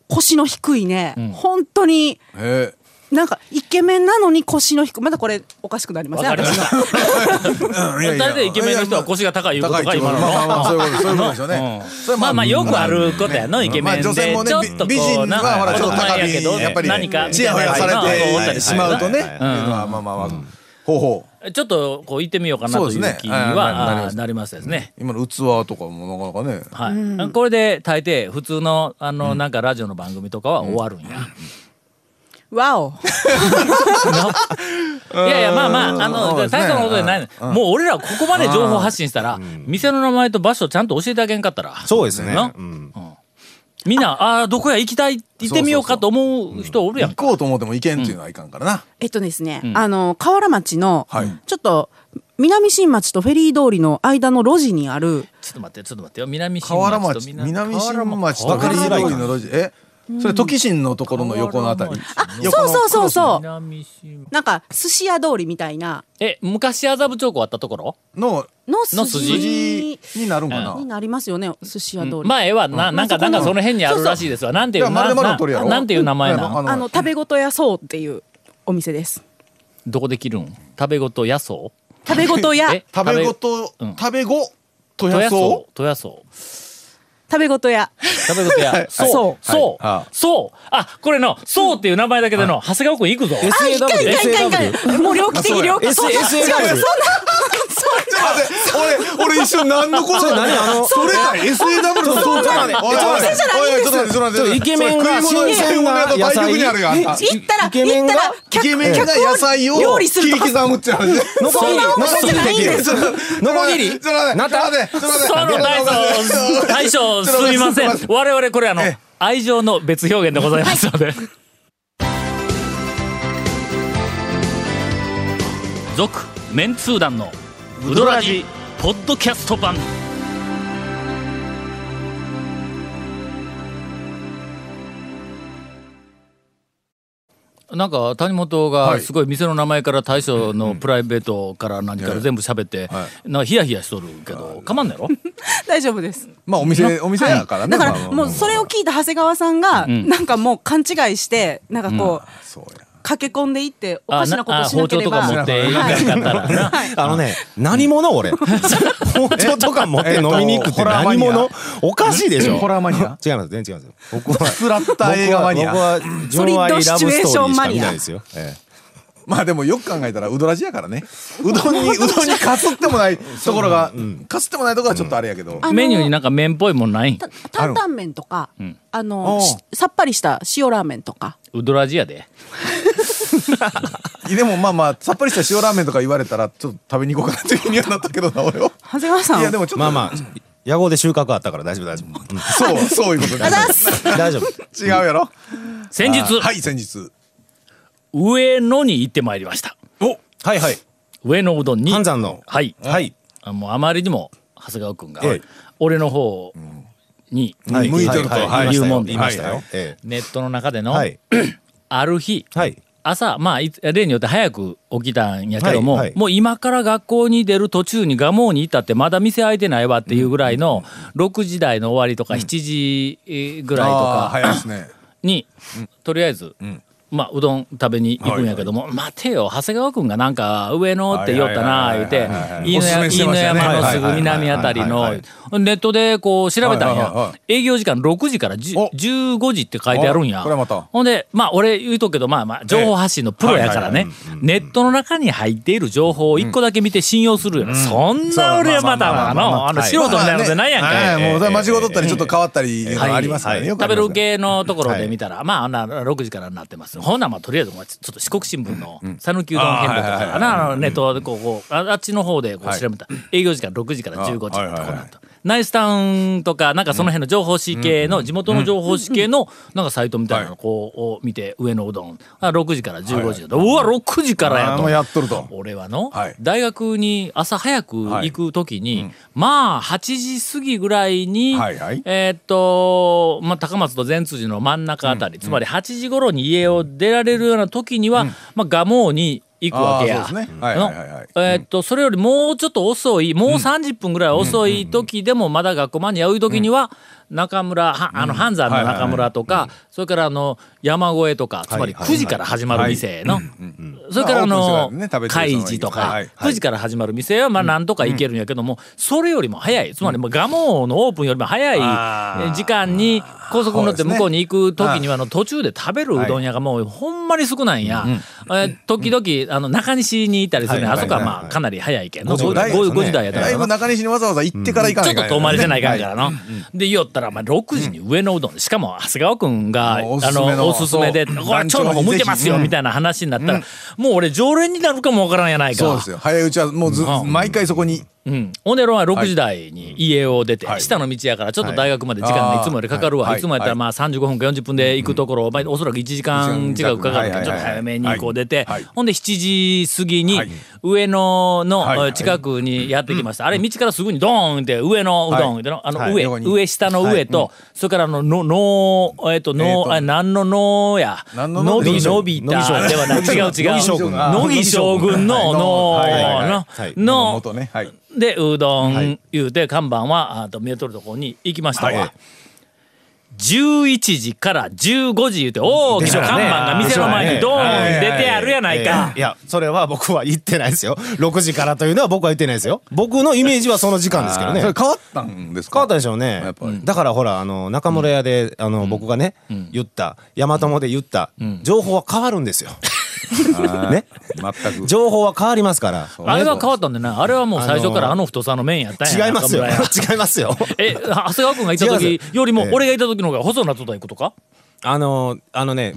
[SPEAKER 8] 腰の低いね、本当に
[SPEAKER 3] へえ。
[SPEAKER 8] なんかイケメンなのに腰の低いまだこれおかしくなりま
[SPEAKER 1] わ
[SPEAKER 8] せん
[SPEAKER 1] かりま
[SPEAKER 8] 私
[SPEAKER 1] し
[SPEAKER 8] の
[SPEAKER 1] た
[SPEAKER 3] うんいやいや
[SPEAKER 1] 大体イケメンの人は腰が高いいうこと
[SPEAKER 3] 高
[SPEAKER 1] か
[SPEAKER 3] いってこ
[SPEAKER 1] 今の
[SPEAKER 3] とまあまあまあそういうことそういうことでしょうね
[SPEAKER 1] うん
[SPEAKER 3] それ は
[SPEAKER 1] まあまあよくあることやの、イケメンで、
[SPEAKER 3] まあ女性もね
[SPEAKER 1] ちょっとこう
[SPEAKER 3] 美美人
[SPEAKER 1] な
[SPEAKER 3] はほらちょっと高
[SPEAKER 1] 男前
[SPEAKER 3] み
[SPEAKER 1] やけど
[SPEAKER 3] にやっぱり
[SPEAKER 1] 何か
[SPEAKER 3] ちやほやされ
[SPEAKER 1] みたいなのがこうおった
[SPEAKER 3] て
[SPEAKER 1] り
[SPEAKER 3] しまうとね
[SPEAKER 4] はいは
[SPEAKER 1] はい
[SPEAKER 4] い
[SPEAKER 3] まあまあまあほうほう
[SPEAKER 1] ちょっとこう行ってみようかなとい
[SPEAKER 3] そうです
[SPEAKER 1] う
[SPEAKER 3] ね
[SPEAKER 1] 気に
[SPEAKER 3] はいはいなり
[SPEAKER 1] は
[SPEAKER 3] ま
[SPEAKER 1] あ
[SPEAKER 3] す
[SPEAKER 1] なりますですね。
[SPEAKER 3] 今の器とかもなかなかね
[SPEAKER 1] はい、これで大抵普通のあのなんかラジオの番組とかは終わるんや。
[SPEAKER 8] わお
[SPEAKER 1] いやいやまあまああの
[SPEAKER 3] そうですね
[SPEAKER 1] 大したことじゃないの、もう俺らここまで情報発信したら、店の名前と場所ちゃんと教えてあげんかったら
[SPEAKER 4] そうですね。
[SPEAKER 1] な
[SPEAKER 4] うん
[SPEAKER 1] みんなああーどこや行きたい行ってみようかと思う人おるやん
[SPEAKER 3] 行こうと思っても行けんっていうのはいかんからな
[SPEAKER 8] えっとですね、あの河原町の、
[SPEAKER 3] はい
[SPEAKER 8] ちょっと南新町とフェリー通りの間の路地にある
[SPEAKER 1] ちょっと待ってちょっと待ってよ南新町と
[SPEAKER 3] 河原町南新町とフェリー通りの路地えそれ時新のところの横のあたり
[SPEAKER 1] あ
[SPEAKER 3] 横の
[SPEAKER 8] そうそうそうそう
[SPEAKER 1] 南新
[SPEAKER 8] なんか寿司屋通りみたいな
[SPEAKER 1] え昔麻布町校あったところ
[SPEAKER 3] の
[SPEAKER 8] の
[SPEAKER 1] の
[SPEAKER 8] 筋
[SPEAKER 3] 筋になるんかな
[SPEAKER 8] になりますよね寿司屋通り、
[SPEAKER 1] 前はななんかなんかその辺にあるらしいですわなんていう
[SPEAKER 3] いや丸々
[SPEAKER 1] な
[SPEAKER 3] の通りやろ
[SPEAKER 1] なんていう名前な
[SPEAKER 3] あ
[SPEAKER 1] ん
[SPEAKER 3] の
[SPEAKER 8] あの食べ事屋そうっていうお店です
[SPEAKER 1] どこで切るん食べごと野草
[SPEAKER 8] 食べ事屋
[SPEAKER 1] え
[SPEAKER 3] 食べごと
[SPEAKER 1] うん
[SPEAKER 3] 食べごと
[SPEAKER 1] と
[SPEAKER 3] や
[SPEAKER 1] や
[SPEAKER 3] そ
[SPEAKER 1] そうとやそう
[SPEAKER 8] 食べ事屋
[SPEAKER 1] 食べごとやそう
[SPEAKER 8] そう
[SPEAKER 1] そう
[SPEAKER 3] はいあ
[SPEAKER 1] そうあこれのそうっていう名前だけでの長谷川君行くぞ
[SPEAKER 8] あいかんいかんいかんいかんもう猟奇的猟奇的そんな違う
[SPEAKER 4] S-
[SPEAKER 8] そんな
[SPEAKER 4] SAW
[SPEAKER 3] うちょっと待って俺俺一瞬何のこと
[SPEAKER 4] それ何あの
[SPEAKER 3] それだ SAW のそうじゃないおいおいおいちょっと待ってちょっと待
[SPEAKER 4] ちょっ
[SPEAKER 3] っ
[SPEAKER 4] と
[SPEAKER 3] て
[SPEAKER 4] イケメンが
[SPEAKER 3] 食い物
[SPEAKER 4] 新
[SPEAKER 3] 食い
[SPEAKER 4] 鮮
[SPEAKER 3] 物
[SPEAKER 4] な
[SPEAKER 3] 屋と
[SPEAKER 4] 野
[SPEAKER 3] 対
[SPEAKER 4] 菜
[SPEAKER 3] 局にあるやんあんた
[SPEAKER 8] 行ったら
[SPEAKER 4] イケメ
[SPEAKER 8] 行
[SPEAKER 4] ン
[SPEAKER 8] っ
[SPEAKER 4] が
[SPEAKER 8] たら
[SPEAKER 3] イケメンが野菜を
[SPEAKER 8] 料理す
[SPEAKER 3] 切
[SPEAKER 8] る
[SPEAKER 3] り
[SPEAKER 8] とこ
[SPEAKER 3] 刻むって話
[SPEAKER 4] のこぎり、
[SPEAKER 8] そんな
[SPEAKER 4] の
[SPEAKER 8] こと
[SPEAKER 4] こぎ
[SPEAKER 8] じゃないん
[SPEAKER 4] り
[SPEAKER 8] で
[SPEAKER 4] でき
[SPEAKER 8] す
[SPEAKER 4] る。のこぎり
[SPEAKER 3] ちょっと待って
[SPEAKER 4] なた
[SPEAKER 3] ちょっと待ってち
[SPEAKER 1] そ
[SPEAKER 3] ょっ
[SPEAKER 1] の
[SPEAKER 3] と待
[SPEAKER 1] 大
[SPEAKER 3] って
[SPEAKER 1] 将大将
[SPEAKER 3] ちょっと待
[SPEAKER 1] す
[SPEAKER 3] って
[SPEAKER 1] いません
[SPEAKER 3] ちょっと待って
[SPEAKER 1] 我々これあの
[SPEAKER 3] ええ
[SPEAKER 1] 愛情の別表現でございますので続メンツー団のウドラジポッドキャスト版なんか谷本
[SPEAKER 3] は
[SPEAKER 1] が
[SPEAKER 3] い
[SPEAKER 1] すごい店の名前から大将のプライベートから何から全部喋って
[SPEAKER 3] は
[SPEAKER 1] なんかヒヤヒヤしとるけどかまんねやろ
[SPEAKER 8] 大丈夫です
[SPEAKER 3] まあお店お店やからね
[SPEAKER 8] だか
[SPEAKER 3] まあま
[SPEAKER 8] ら
[SPEAKER 3] あ
[SPEAKER 8] もうそれを聞いた長谷川さんが
[SPEAKER 1] ん
[SPEAKER 8] なんかもう勘違いしてなんかこう
[SPEAKER 3] そうや
[SPEAKER 8] 駆け込んでいっておかしなこと
[SPEAKER 1] あ
[SPEAKER 8] しな
[SPEAKER 1] 包
[SPEAKER 8] け
[SPEAKER 1] 丁
[SPEAKER 8] れ
[SPEAKER 1] と
[SPEAKER 8] ば
[SPEAKER 1] か持っていかんかったらな
[SPEAKER 4] あのね、何者俺。包丁とか持って飲みに行くって何者おかしいでしょ。
[SPEAKER 3] ホラーマニア
[SPEAKER 4] 違います、全然違います。僕は。
[SPEAKER 3] スラッター映画マニ
[SPEAKER 4] 僕
[SPEAKER 3] ア
[SPEAKER 4] は、ジョン・アイ・ラブストーリーしか見ないですよ。え
[SPEAKER 3] まあでもよく考えたらうどらじやからねうどんにうどんにかすってもないところがかすってもないところはちょっとあれやけど
[SPEAKER 8] あの
[SPEAKER 1] メニューになんか麺っぽいもんないん
[SPEAKER 8] 担々麺とかあ
[SPEAKER 3] お
[SPEAKER 8] の
[SPEAKER 3] う
[SPEAKER 8] しさっぱりした塩ラーメンとか
[SPEAKER 1] ウドラジやで
[SPEAKER 3] でもまあまあさっぱりした塩ラーメンとか言われたらちょっと食べに行こうかなっていう気にはなったけどな俺は
[SPEAKER 8] 長谷川さん
[SPEAKER 3] いやでもちょっ
[SPEAKER 4] え
[SPEAKER 3] と
[SPEAKER 4] まあまあ、野号で収穫あったから大丈夫、大丈夫。
[SPEAKER 3] そうそういうことね
[SPEAKER 4] 大丈夫。
[SPEAKER 3] 違うやろ
[SPEAKER 1] 先日
[SPEAKER 3] はい先日
[SPEAKER 1] 上野に行ってまいりました
[SPEAKER 3] お
[SPEAKER 4] はいはい。
[SPEAKER 1] 上野うどんに
[SPEAKER 4] 半山の
[SPEAKER 1] はい
[SPEAKER 4] はい。
[SPEAKER 1] あもうあまりにも長谷川君が
[SPEAKER 4] ええ
[SPEAKER 1] 俺の方に
[SPEAKER 4] はい
[SPEAKER 3] 向いてると
[SPEAKER 4] は
[SPEAKER 1] はい
[SPEAKER 4] はい
[SPEAKER 1] 言うもんだ
[SPEAKER 4] 言いました
[SPEAKER 3] はい
[SPEAKER 4] よ。え
[SPEAKER 1] ネットの中で
[SPEAKER 4] え
[SPEAKER 1] の
[SPEAKER 4] はい。
[SPEAKER 1] ある日
[SPEAKER 4] はい。
[SPEAKER 1] 朝まあい例によって早く起きたんやけども、
[SPEAKER 4] はいはい
[SPEAKER 1] もう今から学校に出る途中に蒲生に行ったってまだ店開いてないわっていうぐらいの6時台の終わりとか7時えーぐらいと
[SPEAKER 3] あ
[SPEAKER 1] か
[SPEAKER 3] あー早いですね
[SPEAKER 1] に、とりあえず、まあ、うどん食べに行くんやけども、待てよ長谷川君がなんか上野って言おったな言うて
[SPEAKER 3] おすすめし
[SPEAKER 1] 飯
[SPEAKER 3] てま
[SPEAKER 1] 野
[SPEAKER 3] したね
[SPEAKER 1] 山のすぐ南あたり
[SPEAKER 3] はいはいはいはいはいはい
[SPEAKER 1] の
[SPEAKER 3] はい
[SPEAKER 1] ネットでこう調べたん
[SPEAKER 3] はいはいはい
[SPEAKER 1] や
[SPEAKER 3] は
[SPEAKER 1] 営業時間6時から10
[SPEAKER 3] お
[SPEAKER 1] 15時って書いてあるんや
[SPEAKER 3] おこれまた
[SPEAKER 1] ほんでまあ俺言うとくけどまあまあ情報発信のプロやからねネットの中に入っている情報を1個だけ見て信用するよなそんな俺はまたあのあの素人みたいなことじゃないやんかい
[SPEAKER 3] はいもう間違うとったりちょっと変わったりいうのがありますからね。よくあ
[SPEAKER 1] 食べ
[SPEAKER 3] ります
[SPEAKER 1] る系のところで見たら、まああんな6時からになってますほんならまあとりあえずまあちょっと四国新聞の讃岐うどん編だと
[SPEAKER 3] あーはいはいはい
[SPEAKER 1] かなあのネットでこうこうああっちの方でこう調べた、営業時間6時から15時ってこう
[SPEAKER 3] あはいはいはい
[SPEAKER 1] なったナイスタウンとかなんかその辺の情報誌系の、地元の情報誌系のなんかサイトみたいなのこう、を見て上のうどんあ6時から15時だと、うわ6時からや
[SPEAKER 3] あー
[SPEAKER 1] と
[SPEAKER 3] もうやっとると
[SPEAKER 1] 俺はの、
[SPEAKER 3] はい
[SPEAKER 1] 大学に朝早く行く時に、まあ8時過ぎぐらいに、
[SPEAKER 3] はいはい
[SPEAKER 1] えーっと、まあ、高松と善通寺の真ん中あたり、つまり8時頃に家を出られるような時には、まあ、蒲生に行くわけや。
[SPEAKER 3] あーそうですねはいはいはいはい
[SPEAKER 1] のえーっと、それよりもうちょっと遅い、もう30分ぐらい遅い時でも、まだ学校間に合う時には、中村、はあの、半山の中村とか、それからあの、山越えとか、つまり9時から始まる店の、それからあ
[SPEAKER 3] まあオー
[SPEAKER 1] の
[SPEAKER 3] プンしてから
[SPEAKER 1] 開
[SPEAKER 3] ね、食べてる人がいる
[SPEAKER 1] 示と
[SPEAKER 3] はい
[SPEAKER 1] か
[SPEAKER 3] はい、
[SPEAKER 1] 9時から始まる店はまあなんとか行けるんやけども、それよりも早いつまりもう蒲生のオープンよりも早い時間に高速に乗って向こうに行く時にはあの途中で食べるうどん屋がもうほんまに少ないんや、え時々あの中西にいたりするね、あそこはまあかなり早いけん5
[SPEAKER 3] そうだいぶ
[SPEAKER 1] 時台やった
[SPEAKER 3] だい
[SPEAKER 1] ら
[SPEAKER 3] ぶ中西にわざわざ行ってから行か
[SPEAKER 1] ち
[SPEAKER 3] な
[SPEAKER 1] ょ
[SPEAKER 3] い
[SPEAKER 1] っ
[SPEAKER 3] か
[SPEAKER 1] と
[SPEAKER 3] ん
[SPEAKER 1] 遠回りじゃないかん
[SPEAKER 3] ね
[SPEAKER 1] からの。で、言おったら、まあ、6時に上のうどん、しかも、長谷川くんが、あ
[SPEAKER 3] もうおすすめの
[SPEAKER 1] の、おすすめで、こ
[SPEAKER 3] そ
[SPEAKER 1] れ、
[SPEAKER 3] う
[SPEAKER 1] 蝶の方向いてますよ、
[SPEAKER 3] うん
[SPEAKER 1] みたいな話になったら、もう俺、常連になるかもわからんやないか。
[SPEAKER 3] そうですよ早いうちはもうず
[SPEAKER 1] うん
[SPEAKER 3] 毎回そこに
[SPEAKER 1] うん、オネロは6時台に家を出て、
[SPEAKER 3] はい
[SPEAKER 1] 下の道やからちょっと大学まで時間
[SPEAKER 3] は
[SPEAKER 1] が
[SPEAKER 3] い
[SPEAKER 1] いつもよりかかるわ、
[SPEAKER 3] あーはい
[SPEAKER 1] い、つもやったらまあ35分か40分で行くところ、まあ、おそらく1時間近くかかるから
[SPEAKER 3] はいはいはい
[SPEAKER 1] ちょっと早めにこう出て、
[SPEAKER 3] はいはい
[SPEAKER 1] ほんで7時過ぎに
[SPEAKER 3] はい
[SPEAKER 1] 上野
[SPEAKER 3] はい
[SPEAKER 1] の
[SPEAKER 3] は
[SPEAKER 1] え
[SPEAKER 3] い
[SPEAKER 1] 近くにやってきました、あれ道からすぐにドーンって上野うどんっての、あ
[SPEAKER 3] は
[SPEAKER 1] の
[SPEAKER 3] い
[SPEAKER 1] 上、
[SPEAKER 3] 横に
[SPEAKER 1] 上下の上と、それからあのののえっとの、
[SPEAKER 3] えーと
[SPEAKER 1] あ何ののや
[SPEAKER 3] 何のの
[SPEAKER 1] び伸びたではない違う違
[SPEAKER 4] 乃木将
[SPEAKER 1] う
[SPEAKER 4] 軍
[SPEAKER 1] 乃木将軍のの、
[SPEAKER 3] はいはいはい
[SPEAKER 1] の
[SPEAKER 4] はい
[SPEAKER 1] の
[SPEAKER 3] 元ねはい
[SPEAKER 1] でうどん言うて看板はあと見えとるところに行きましたわ、
[SPEAKER 3] はい
[SPEAKER 1] 11時から15時言うて大きな看板が店の前にドーン出てあるやないか
[SPEAKER 4] い。やそれは僕は言ってないですよ6時からというのは僕は言ってないですよ僕のイメージはその時間ですけどね
[SPEAKER 3] それ変わったんですか
[SPEAKER 4] 変わったでしょうね
[SPEAKER 3] やっぱり
[SPEAKER 4] だからほらあの中村屋であの僕がね言った大和もで言った情報は変わるんですよね
[SPEAKER 3] 全く
[SPEAKER 4] 情報は変わりますから
[SPEAKER 1] あれは変わったんでねあれはもう最初からあの太さの麺やったんや
[SPEAKER 4] 違いますよ
[SPEAKER 1] 中村屋
[SPEAKER 4] 違いますよ
[SPEAKER 1] え長谷川君がいた
[SPEAKER 4] 違い
[SPEAKER 1] 時
[SPEAKER 4] ます
[SPEAKER 1] よりも
[SPEAKER 4] ええ
[SPEAKER 1] 俺がいた時の方が細なっとったいうことか
[SPEAKER 4] あのあのね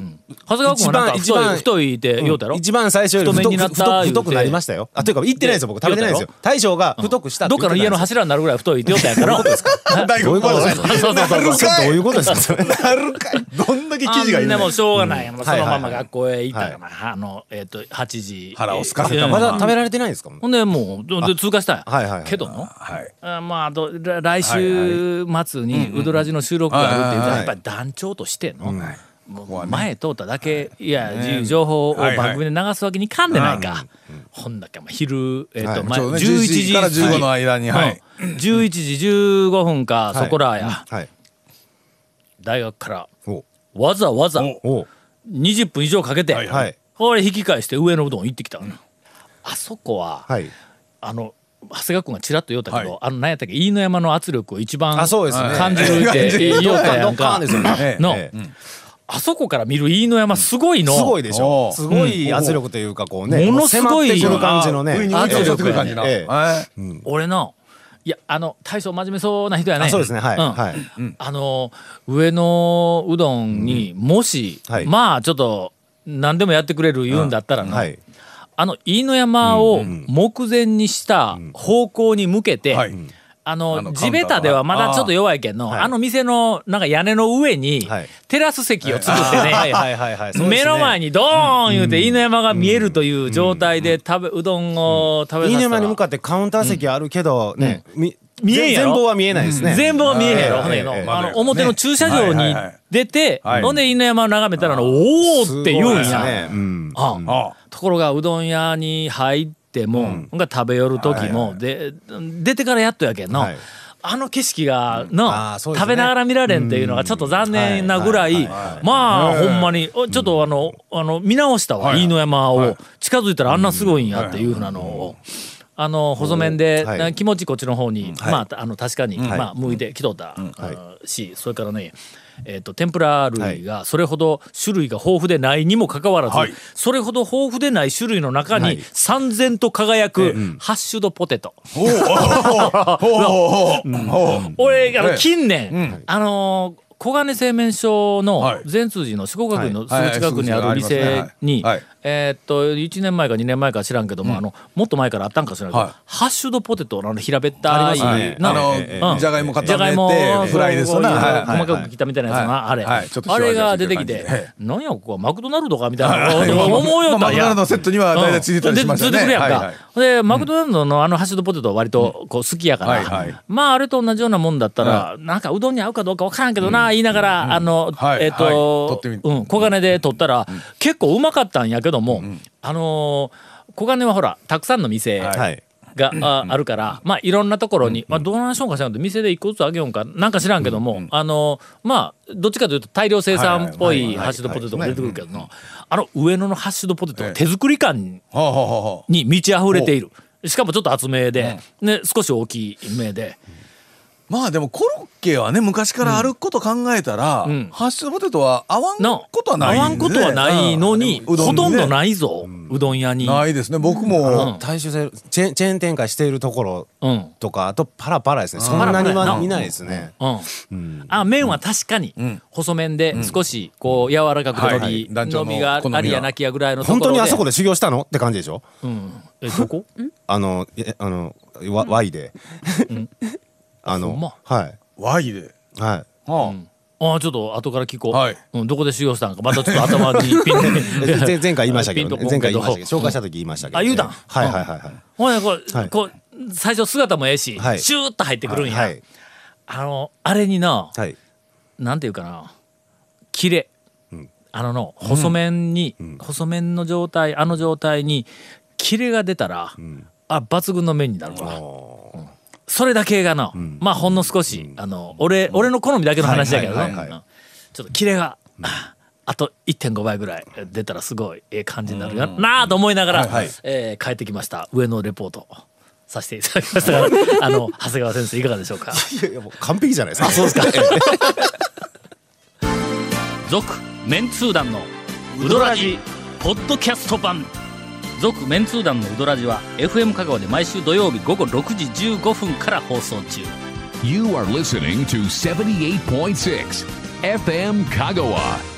[SPEAKER 1] 長谷川君はなんか
[SPEAKER 4] 一
[SPEAKER 1] 太い
[SPEAKER 4] 番
[SPEAKER 1] 太いって言うたろ、
[SPEAKER 4] 一番最初より
[SPEAKER 1] 太
[SPEAKER 4] 太
[SPEAKER 1] めに
[SPEAKER 4] く
[SPEAKER 1] なった
[SPEAKER 4] 太く
[SPEAKER 1] 言うて
[SPEAKER 4] 太くなりましたよあというか言ってないですよ僕食べてないですよ
[SPEAKER 1] 言う
[SPEAKER 4] 大将が太くしたって
[SPEAKER 1] ど
[SPEAKER 4] 言
[SPEAKER 1] ってかの
[SPEAKER 4] たんです
[SPEAKER 1] 家
[SPEAKER 4] よ
[SPEAKER 1] の柱になるぐらい太いって言ったんやから
[SPEAKER 3] 大
[SPEAKER 4] どういうことです か
[SPEAKER 1] そうそうそうそう
[SPEAKER 3] なるかい
[SPEAKER 4] どういうことです
[SPEAKER 3] な
[SPEAKER 4] か
[SPEAKER 3] るかいどんだけ記事が
[SPEAKER 1] あん
[SPEAKER 3] いる
[SPEAKER 1] な
[SPEAKER 3] の
[SPEAKER 1] もうしょうがない、もうそのまま
[SPEAKER 4] はいはいはい
[SPEAKER 1] 学校へ行ったからな、あのえっ、と8時
[SPEAKER 3] 腹を空かせた
[SPEAKER 1] えー
[SPEAKER 4] まだ食べられてないんですか
[SPEAKER 1] ほんでもうどで通過したんや、
[SPEAKER 4] はいはいはい
[SPEAKER 1] けどの、
[SPEAKER 3] はい
[SPEAKER 1] あまあどら来週末にウドラジの収録があるっていうから
[SPEAKER 3] はい
[SPEAKER 1] やっぱり団長としての、
[SPEAKER 3] はい
[SPEAKER 1] もう
[SPEAKER 3] こはね
[SPEAKER 1] 前通っただけいや、情報を
[SPEAKER 3] はいはい
[SPEAKER 1] 番組で流すわけにいかんでないか、ほんだけまあ昼、えっと前
[SPEAKER 3] ちょうどね
[SPEAKER 1] 11
[SPEAKER 3] 11
[SPEAKER 1] 時
[SPEAKER 3] 時から15の間にはい
[SPEAKER 1] うん11時15分か、そこらや、
[SPEAKER 4] はい
[SPEAKER 1] 大学から
[SPEAKER 4] お
[SPEAKER 1] わざわざ
[SPEAKER 4] お
[SPEAKER 1] 20分以上かけて、
[SPEAKER 3] はい
[SPEAKER 4] はい
[SPEAKER 1] これ引き返して上のうどん行ってきたの、あそこは、
[SPEAKER 4] はい
[SPEAKER 1] あの長谷川君がちらっと言おうたけど、
[SPEAKER 3] はい
[SPEAKER 1] あの何やったっけ飯野山の圧力を一番
[SPEAKER 4] あそうですね
[SPEAKER 1] 感じるっ
[SPEAKER 3] はい
[SPEAKER 1] て言おうたやんか
[SPEAKER 4] ドッカーンですよね
[SPEAKER 1] の
[SPEAKER 4] ええ
[SPEAKER 1] あそこから見る飯野山すごいの
[SPEAKER 4] すごいでし
[SPEAKER 3] お
[SPEAKER 4] ょ
[SPEAKER 3] う
[SPEAKER 4] すごい圧力というかこうね
[SPEAKER 1] ものすごい
[SPEAKER 4] 迫ってくる感じのね
[SPEAKER 3] 上に
[SPEAKER 1] あ
[SPEAKER 3] 浮いて
[SPEAKER 1] 圧力
[SPEAKER 3] 落ちてくる感じな
[SPEAKER 4] ええ
[SPEAKER 3] はい
[SPEAKER 1] 俺のいやあの大将真面目そうな人やね
[SPEAKER 4] あそうですねはい
[SPEAKER 1] ん
[SPEAKER 4] はい
[SPEAKER 1] あの上のうどんにもし、
[SPEAKER 4] はい
[SPEAKER 1] まあちょっと何でもやってくれる言うんだったらな、
[SPEAKER 4] はい
[SPEAKER 1] あの飯野山を目前にした方向に向けて、
[SPEAKER 3] はい
[SPEAKER 1] あ
[SPEAKER 3] あ
[SPEAKER 1] の
[SPEAKER 3] の
[SPEAKER 1] 地べたではまだちょっと弱いけんのあ
[SPEAKER 4] あー
[SPEAKER 1] の店のなんか屋根の上に
[SPEAKER 4] はい
[SPEAKER 1] テラス席を作ってね、
[SPEAKER 4] はいはいはいはいそうで
[SPEAKER 1] 目
[SPEAKER 4] すね
[SPEAKER 1] の前にドーン言うて飯野山が見えるという状態で食べうどんを食べさせたら
[SPEAKER 4] 飯沼に向かってカウンター席あるけどねみ
[SPEAKER 1] 見えんやろ
[SPEAKER 4] 全貌は見えないですね
[SPEAKER 1] 全部は見えへんやろ、
[SPEAKER 4] はい
[SPEAKER 1] ほんでの
[SPEAKER 4] はい
[SPEAKER 1] あ
[SPEAKER 3] はい
[SPEAKER 1] の表の駐車場
[SPEAKER 3] はい
[SPEAKER 1] に
[SPEAKER 3] はいはい
[SPEAKER 1] 出て、
[SPEAKER 3] はい
[SPEAKER 1] ほんで犬山を眺めたらのおおーって言うん
[SPEAKER 4] すごい
[SPEAKER 1] や、
[SPEAKER 4] ですねうん
[SPEAKER 1] あん
[SPEAKER 3] あ
[SPEAKER 1] ところがうどん屋に入っても、が食べ寄る時も、で出てからやっとやけんの、
[SPEAKER 4] はい
[SPEAKER 1] あの景色がな、
[SPEAKER 4] あーそうですね
[SPEAKER 1] 食べながら見られんっていうのがちょっと残念なぐらい、まあ、ほんまにおちょっとあのあの見直したわ、飯野山を近づいたらあんなすごいんやっていうふうなのを。あの細麺で、
[SPEAKER 4] はい
[SPEAKER 1] な気持ちこっちの方に、
[SPEAKER 4] い
[SPEAKER 1] まあたあの確かに、まあ向いてきとった、あーしそれからねえっと天ぷら類がそれほど種類が豊富でないにもかかわらず、それほど豊富でない種類の中に三千、と輝くハッシュドポテト。 俺あの近年、あのー小金製麺所の善通寺の四国学院のすぐ近くにある店に、
[SPEAKER 3] はいはい
[SPEAKER 1] えーっと1年前か2年前か知らんけども、あのもっと前からあったんか知らんけど、
[SPEAKER 3] はい
[SPEAKER 1] ハッシュドポテトのあの平べったい、な
[SPEAKER 3] あの、
[SPEAKER 1] うん
[SPEAKER 3] じゃがいも
[SPEAKER 1] じゃ
[SPEAKER 3] 固
[SPEAKER 1] がい
[SPEAKER 3] め
[SPEAKER 1] も
[SPEAKER 3] て、フライですよな。
[SPEAKER 1] そう
[SPEAKER 3] はいはい
[SPEAKER 1] 細かく切ったみたいなやつな、
[SPEAKER 3] はい
[SPEAKER 1] あれ、
[SPEAKER 3] はいちょっと
[SPEAKER 1] あ
[SPEAKER 3] 塩
[SPEAKER 1] れ
[SPEAKER 3] 味
[SPEAKER 1] が出てき
[SPEAKER 3] つい
[SPEAKER 1] て
[SPEAKER 3] てる感じで
[SPEAKER 1] 「なんやここはマクドナルドか?」みたいな思うよ
[SPEAKER 3] ま
[SPEAKER 1] ったん
[SPEAKER 3] あマクドナ
[SPEAKER 1] や
[SPEAKER 3] ルドのセットには大体ついてたりしますよね。
[SPEAKER 1] うんでついてくるやんか、
[SPEAKER 3] はいはい
[SPEAKER 1] でマクドナルドのあのハッシュドポテトは割とこう好きやから、
[SPEAKER 3] はいはい
[SPEAKER 1] まああれと同じようなもんだったら、なんかうどんに合うかどうかわからんけどな、言いながら、あの、
[SPEAKER 3] はい
[SPEAKER 1] えっ、と
[SPEAKER 3] はい、取って
[SPEAKER 1] うん、小金で取ったら、結構うまかったんやけども、あのー小金はほらたくさんの店、
[SPEAKER 4] はい。
[SPEAKER 1] が、ああるから、まあ、いろんなところに、まあ、どうなんしょうかしらんと店で一個ずつあげようんかなんか知らんけども、あのまあどっちかというと大量生産っぽいハッシュドポテトが出てくるけどもあの上野のハッシュドポテトが手作り感
[SPEAKER 3] ほうほうほうほう
[SPEAKER 1] に満ち溢れているしかもちょっと厚めで、ね、少し大きめで
[SPEAKER 3] まあでもコロッケはね昔からあること考えたら、
[SPEAKER 1] ん
[SPEAKER 3] ハッシュドポテトは合わん
[SPEAKER 1] の
[SPEAKER 3] ことはない
[SPEAKER 1] 合わんことはないのに、
[SPEAKER 3] うんう
[SPEAKER 1] ほ
[SPEAKER 3] にね
[SPEAKER 1] とんどないぞ、うどん屋に。
[SPEAKER 3] ないですね僕も、
[SPEAKER 4] 大衆性チェーンチェーン展開しているところ
[SPEAKER 1] うん
[SPEAKER 4] とかあとパラパラですね。そんなには見ないですね。
[SPEAKER 1] うん、あ麺は確かに細麺で少しこう柔らかく伸
[SPEAKER 3] はいは
[SPEAKER 1] び
[SPEAKER 3] い団長
[SPEAKER 1] 伸
[SPEAKER 3] の
[SPEAKER 1] びがありやなきやぐらいのところ
[SPEAKER 4] 本
[SPEAKER 1] で
[SPEAKER 4] 当にあそこで修行したのって感じでしょ。
[SPEAKER 1] えどこ
[SPEAKER 4] あのえあのわ Y で。
[SPEAKER 1] ほ
[SPEAKER 4] あ
[SPEAKER 1] んま
[SPEAKER 4] のはい
[SPEAKER 3] ワイで、
[SPEAKER 4] はい。
[SPEAKER 3] は
[SPEAKER 1] ああちょっと後から聞こう、
[SPEAKER 3] はい
[SPEAKER 1] うん、どこで修行したんかまたちょっと頭にピン
[SPEAKER 4] えぜ前回言いましたけど、
[SPEAKER 1] ピン
[SPEAKER 4] ね、
[SPEAKER 1] とこんけ
[SPEAKER 4] 前回
[SPEAKER 1] ど
[SPEAKER 4] 言いましたけど紹介した時言いましたけど、
[SPEAKER 1] あ言うたん
[SPEAKER 4] はいはいはいはい。
[SPEAKER 1] ほんでこう、
[SPEAKER 4] はい
[SPEAKER 1] こう最初姿もええし、
[SPEAKER 4] はい
[SPEAKER 1] シューッと入ってくるんや、
[SPEAKER 4] はい
[SPEAKER 1] あのあれにな
[SPEAKER 4] はい
[SPEAKER 1] なんていうかな切れ、あのの細麺に、細麺の状態あの状態に切れが出たら、あ抜群の麺になるわ、うんそれだけがな、まあほんの少し、あの俺俺の好みだけの話だけどな、
[SPEAKER 4] はいはいはいはい
[SPEAKER 1] うんちょっと切れが、あと1.5倍ぐらい出たらすごいええ感じになるよなあと思いながら、えー帰ってきました上のレポートさせていただきました があの長谷川先生いかがでしょうか
[SPEAKER 4] いやいやもう完璧じゃないですか。
[SPEAKER 1] そうですか。続メンツー団のウドラジポッドキャスト版続メンツー団のウドラジは FM 香川で毎週土曜日午後6時15分から放送中
[SPEAKER 2] You are listening to 78.6 FM Kagawa.